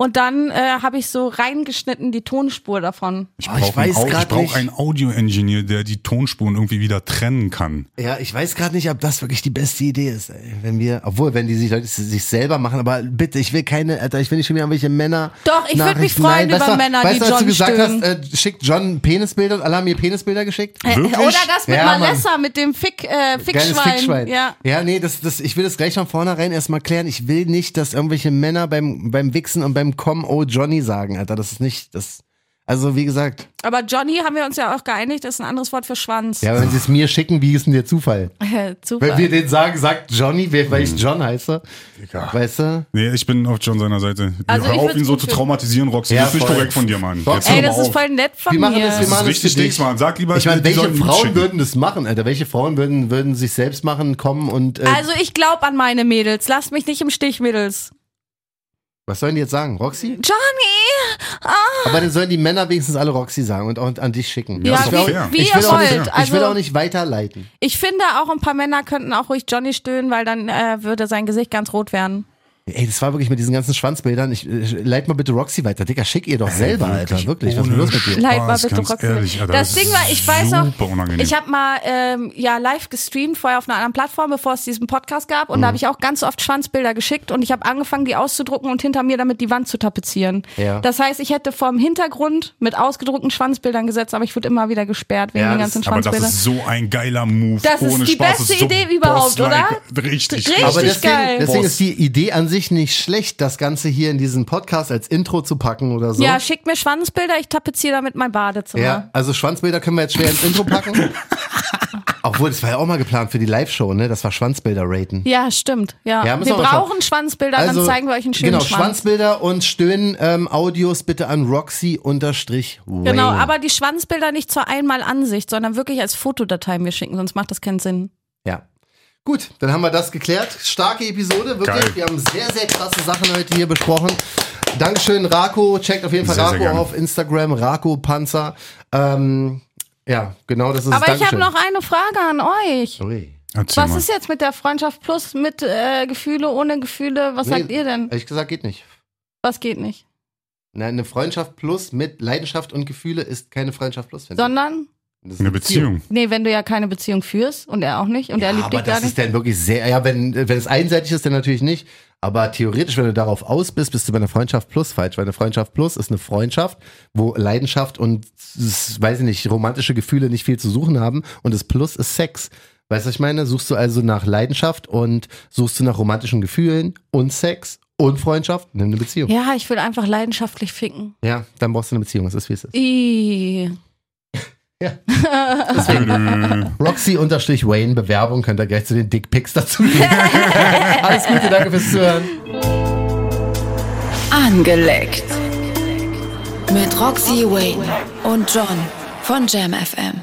Speaker 3: und dann äh, habe ich so reingeschnitten die Tonspur davon.
Speaker 4: Ich
Speaker 2: Oh, ich
Speaker 4: brauche
Speaker 2: weiß
Speaker 4: einen, Au
Speaker 2: grad
Speaker 4: ich brauch
Speaker 2: nicht.
Speaker 4: einen Audio-Engineer, der die Tonspuren irgendwie wieder trennen kann.
Speaker 2: Ja, ich weiß gerade nicht, ob das wirklich die beste Idee ist, ey. Wenn wir, obwohl, wenn die sich Leute sich selber machen, aber bitte, ich will keine, Alter, ich will nicht schon wieder irgendwelche Männer.
Speaker 3: Doch, ich würd mich
Speaker 2: Nachrichten.
Speaker 3: freuen
Speaker 2: Nein,
Speaker 3: über
Speaker 2: weißt du-
Speaker 3: Männer,
Speaker 2: weißt
Speaker 3: die
Speaker 2: du, als du
Speaker 3: John
Speaker 2: gesagt
Speaker 3: stören.
Speaker 2: hast, äh, schickt John Penisbilder und alle haben mir Penisbilder geschickt?
Speaker 3: Äh,
Speaker 4: Wirklich?
Speaker 3: Oder das mit
Speaker 2: Ja, Mann.
Speaker 3: Malessa, mit dem Fick, äh,
Speaker 2: Geiles
Speaker 3: Fickschwein.
Speaker 2: Fickschwein.
Speaker 3: Ja.
Speaker 2: ja, nee, das, das, ich will das gleich von vornherein erstmal klären. Ich will nicht, dass irgendwelche Männer beim, beim Wichsen und beim Com oh Johnny sagen, Alter. Das ist nicht, das, also wie gesagt.
Speaker 3: Aber Johnny haben wir uns ja auch geeinigt, ist ein anderes Wort für Schwanz.
Speaker 2: Ja, aber wenn sie es mir schicken, wie ist denn der Zufall? Wenn
Speaker 3: Super.
Speaker 2: wir den sagen, sagt Johnny,
Speaker 4: Hm.
Speaker 2: wer- weil ich John heiße. Weißt du?
Speaker 4: Nee, ich bin auf John seiner Seite.
Speaker 3: Also
Speaker 4: Hör
Speaker 3: ich
Speaker 4: auf,
Speaker 3: find's
Speaker 4: ihn so
Speaker 3: gut
Speaker 4: zu
Speaker 3: für-
Speaker 4: traumatisieren, Roxy.
Speaker 2: Ja,
Speaker 4: das ist nicht
Speaker 2: voll.
Speaker 4: korrekt von dir, Mann.
Speaker 2: Voll.
Speaker 4: Jetzt hör
Speaker 3: Ey,
Speaker 4: mal
Speaker 3: das ist
Speaker 4: auf.
Speaker 3: voll nett von
Speaker 2: Wir machen
Speaker 3: mir.
Speaker 2: das, wir
Speaker 4: Das
Speaker 2: machen
Speaker 4: ist richtig
Speaker 2: für dich.
Speaker 4: nichts, Mann. Sag lieber,
Speaker 2: Ich meine,
Speaker 4: die
Speaker 2: welche
Speaker 4: sollen ihn
Speaker 2: Frauen
Speaker 4: schicken.
Speaker 2: würden das machen, Alter? Welche Frauen würden, würden sich selbst machen, kommen und. Äh,
Speaker 3: also ich glaube an meine Mädels. Lasst mich nicht im Stich, Mädels.
Speaker 2: was sollen die jetzt sagen? Roxy?
Speaker 3: Johnny!
Speaker 2: Aber dann sollen die Männer wenigstens alle Roxy sagen und auch an dich schicken.
Speaker 4: Ja,
Speaker 3: Ja,
Speaker 4: ist doch
Speaker 2: will auch-
Speaker 3: wie,
Speaker 4: fair.
Speaker 3: wie
Speaker 2: ich
Speaker 3: ihr
Speaker 2: will auch nicht-
Speaker 3: wollt.
Speaker 4: fair.
Speaker 2: Ich will auch
Speaker 3: also
Speaker 2: nicht weiterleiten.
Speaker 3: ich finde auch ein paar Männer könnten auch ruhig Johnny stöhnen, weil dann äh, würde sein Gesicht ganz rot werden.
Speaker 2: Ey, das war wirklich mit diesen ganzen Schwanzbildern. Ich, ich leit mal bitte Roxy weiter. Digga, schick ihr doch selber, Alter. Wirklich, was ist
Speaker 4: ohne
Speaker 2: denn los mit dir?
Speaker 4: Spaß,
Speaker 3: Leid mal bitte
Speaker 4: ganz
Speaker 3: trotzdem.
Speaker 4: ehrlich, Alter,
Speaker 3: das,
Speaker 4: das
Speaker 3: Ding
Speaker 4: ist
Speaker 3: war, ich weiß
Speaker 4: super
Speaker 3: noch,
Speaker 4: unangenehm.
Speaker 3: ich habe mal ähm, ja live gestreamt vorher auf einer anderen Plattform, bevor es diesen Podcast gab, und da habe ich auch ganz oft Schwanzbilder geschickt und ich habe angefangen, die auszudrucken und hinter mir damit die Wand zu tapezieren.
Speaker 2: Ja.
Speaker 3: Das heißt, ich hätte vorm Hintergrund mit ausgedruckten Schwanzbildern gesetzt, aber ich wurde immer wieder gesperrt wegen
Speaker 2: Ja,
Speaker 3: den
Speaker 2: das-
Speaker 3: ganzen
Speaker 4: Aber das
Speaker 3: Schwanzbildern.
Speaker 4: ist so ein geiler Move.
Speaker 3: Das ist
Speaker 4: ohne
Speaker 3: die
Speaker 4: Spaß.
Speaker 3: beste
Speaker 4: ist so
Speaker 3: Idee überhaupt,
Speaker 4: boss-like. Richtig.
Speaker 3: Richtig.
Speaker 2: Aber
Speaker 3: geil.
Speaker 2: deswegen, deswegen
Speaker 4: Boss.
Speaker 2: ist die Idee an sich nicht schlecht, das Ganze hier in diesen Podcast als Intro zu packen oder so.
Speaker 3: Ja, schickt mir Schwanzbilder, ich tapeziere damit mein Badezimmer.
Speaker 2: Ja, also Schwanzbilder können wir jetzt schwer ins Intro packen. Obwohl, das war ja auch mal geplant für die Live-Show, ne? Das war Schwanzbilder raten.
Speaker 3: Ja, stimmt. Ja.
Speaker 2: Ja, müssen
Speaker 3: wir
Speaker 2: wir mal schauen.
Speaker 3: brauchen Schwanzbilder, dann zeigen wir euch einen schönen
Speaker 2: genau,
Speaker 3: Schwanz.
Speaker 2: Schwanzbilder und Stöhnen ähm, Audios bitte an Roxy unterstrich
Speaker 3: Genau, aber die Schwanzbilder nicht zur Einmalansicht, sondern wirklich als Fotodateien wir schicken, sonst macht das keinen Sinn.
Speaker 2: Ja. Gut, dann haben wir das geklärt. Starke Episode, wirklich.
Speaker 4: Geil.
Speaker 2: Wir haben sehr, sehr krasse Sachen heute hier besprochen. Dankeschön, Rako. Checkt auf jeden Fall
Speaker 4: Sehr, sehr
Speaker 2: Rako
Speaker 4: gerne.
Speaker 2: auf Instagram, Rako Panzer. Ähm, ja, genau, das ist
Speaker 3: Aber
Speaker 2: es.
Speaker 3: ich habe
Speaker 2: Dankeschön.
Speaker 3: noch eine Frage an euch.
Speaker 2: Ui.
Speaker 4: Erzähl
Speaker 3: Was
Speaker 4: mal.
Speaker 3: ist jetzt mit der Freundschaft plus mit äh, Gefühle ohne Gefühle? Was sagt
Speaker 2: Nee,
Speaker 3: ihr denn?
Speaker 2: Ehrlich gesagt, geht nicht.
Speaker 3: Was geht nicht?
Speaker 2: Na, eine Freundschaft plus mit Leidenschaft und Gefühle ist keine Freundschaft plus, finde
Speaker 3: Sondern?
Speaker 2: ich. Das ist
Speaker 4: eine Beziehung.
Speaker 3: Nee, wenn du ja keine Beziehung führst und er auch nicht und er
Speaker 2: Ja,
Speaker 3: liebt
Speaker 2: aber
Speaker 3: dich gar
Speaker 2: das ist
Speaker 3: nicht.
Speaker 2: dann wirklich sehr, ja, wenn, wenn es einseitig ist, dann natürlich nicht. Aber theoretisch, wenn du darauf aus bist, bist du bei einer Freundschaft plus falsch, weil eine Freundschaft plus ist eine Freundschaft, wo Leidenschaft und, s- weiß ich nicht, romantische Gefühle nicht viel zu suchen haben und das Plus ist Sex. Weißt du, was ich meine? Suchst du also nach Leidenschaft und suchst du nach romantischen Gefühlen und Sex und Freundschaft? Nimm eine Beziehung. Ja,
Speaker 3: Ja, ich will einfach leidenschaftlich ficken.
Speaker 2: dann brauchst du eine Beziehung. Das ist, wie es ist.
Speaker 3: Ih.
Speaker 2: Roxy-Wayne, Bewerbung, könnt ihr gleich zu den Dickpics dazu geben. Alles Gute, danke fürs Zuhören.
Speaker 1: Angeleckt. Mit Roxy Wayne und John von Jam FM.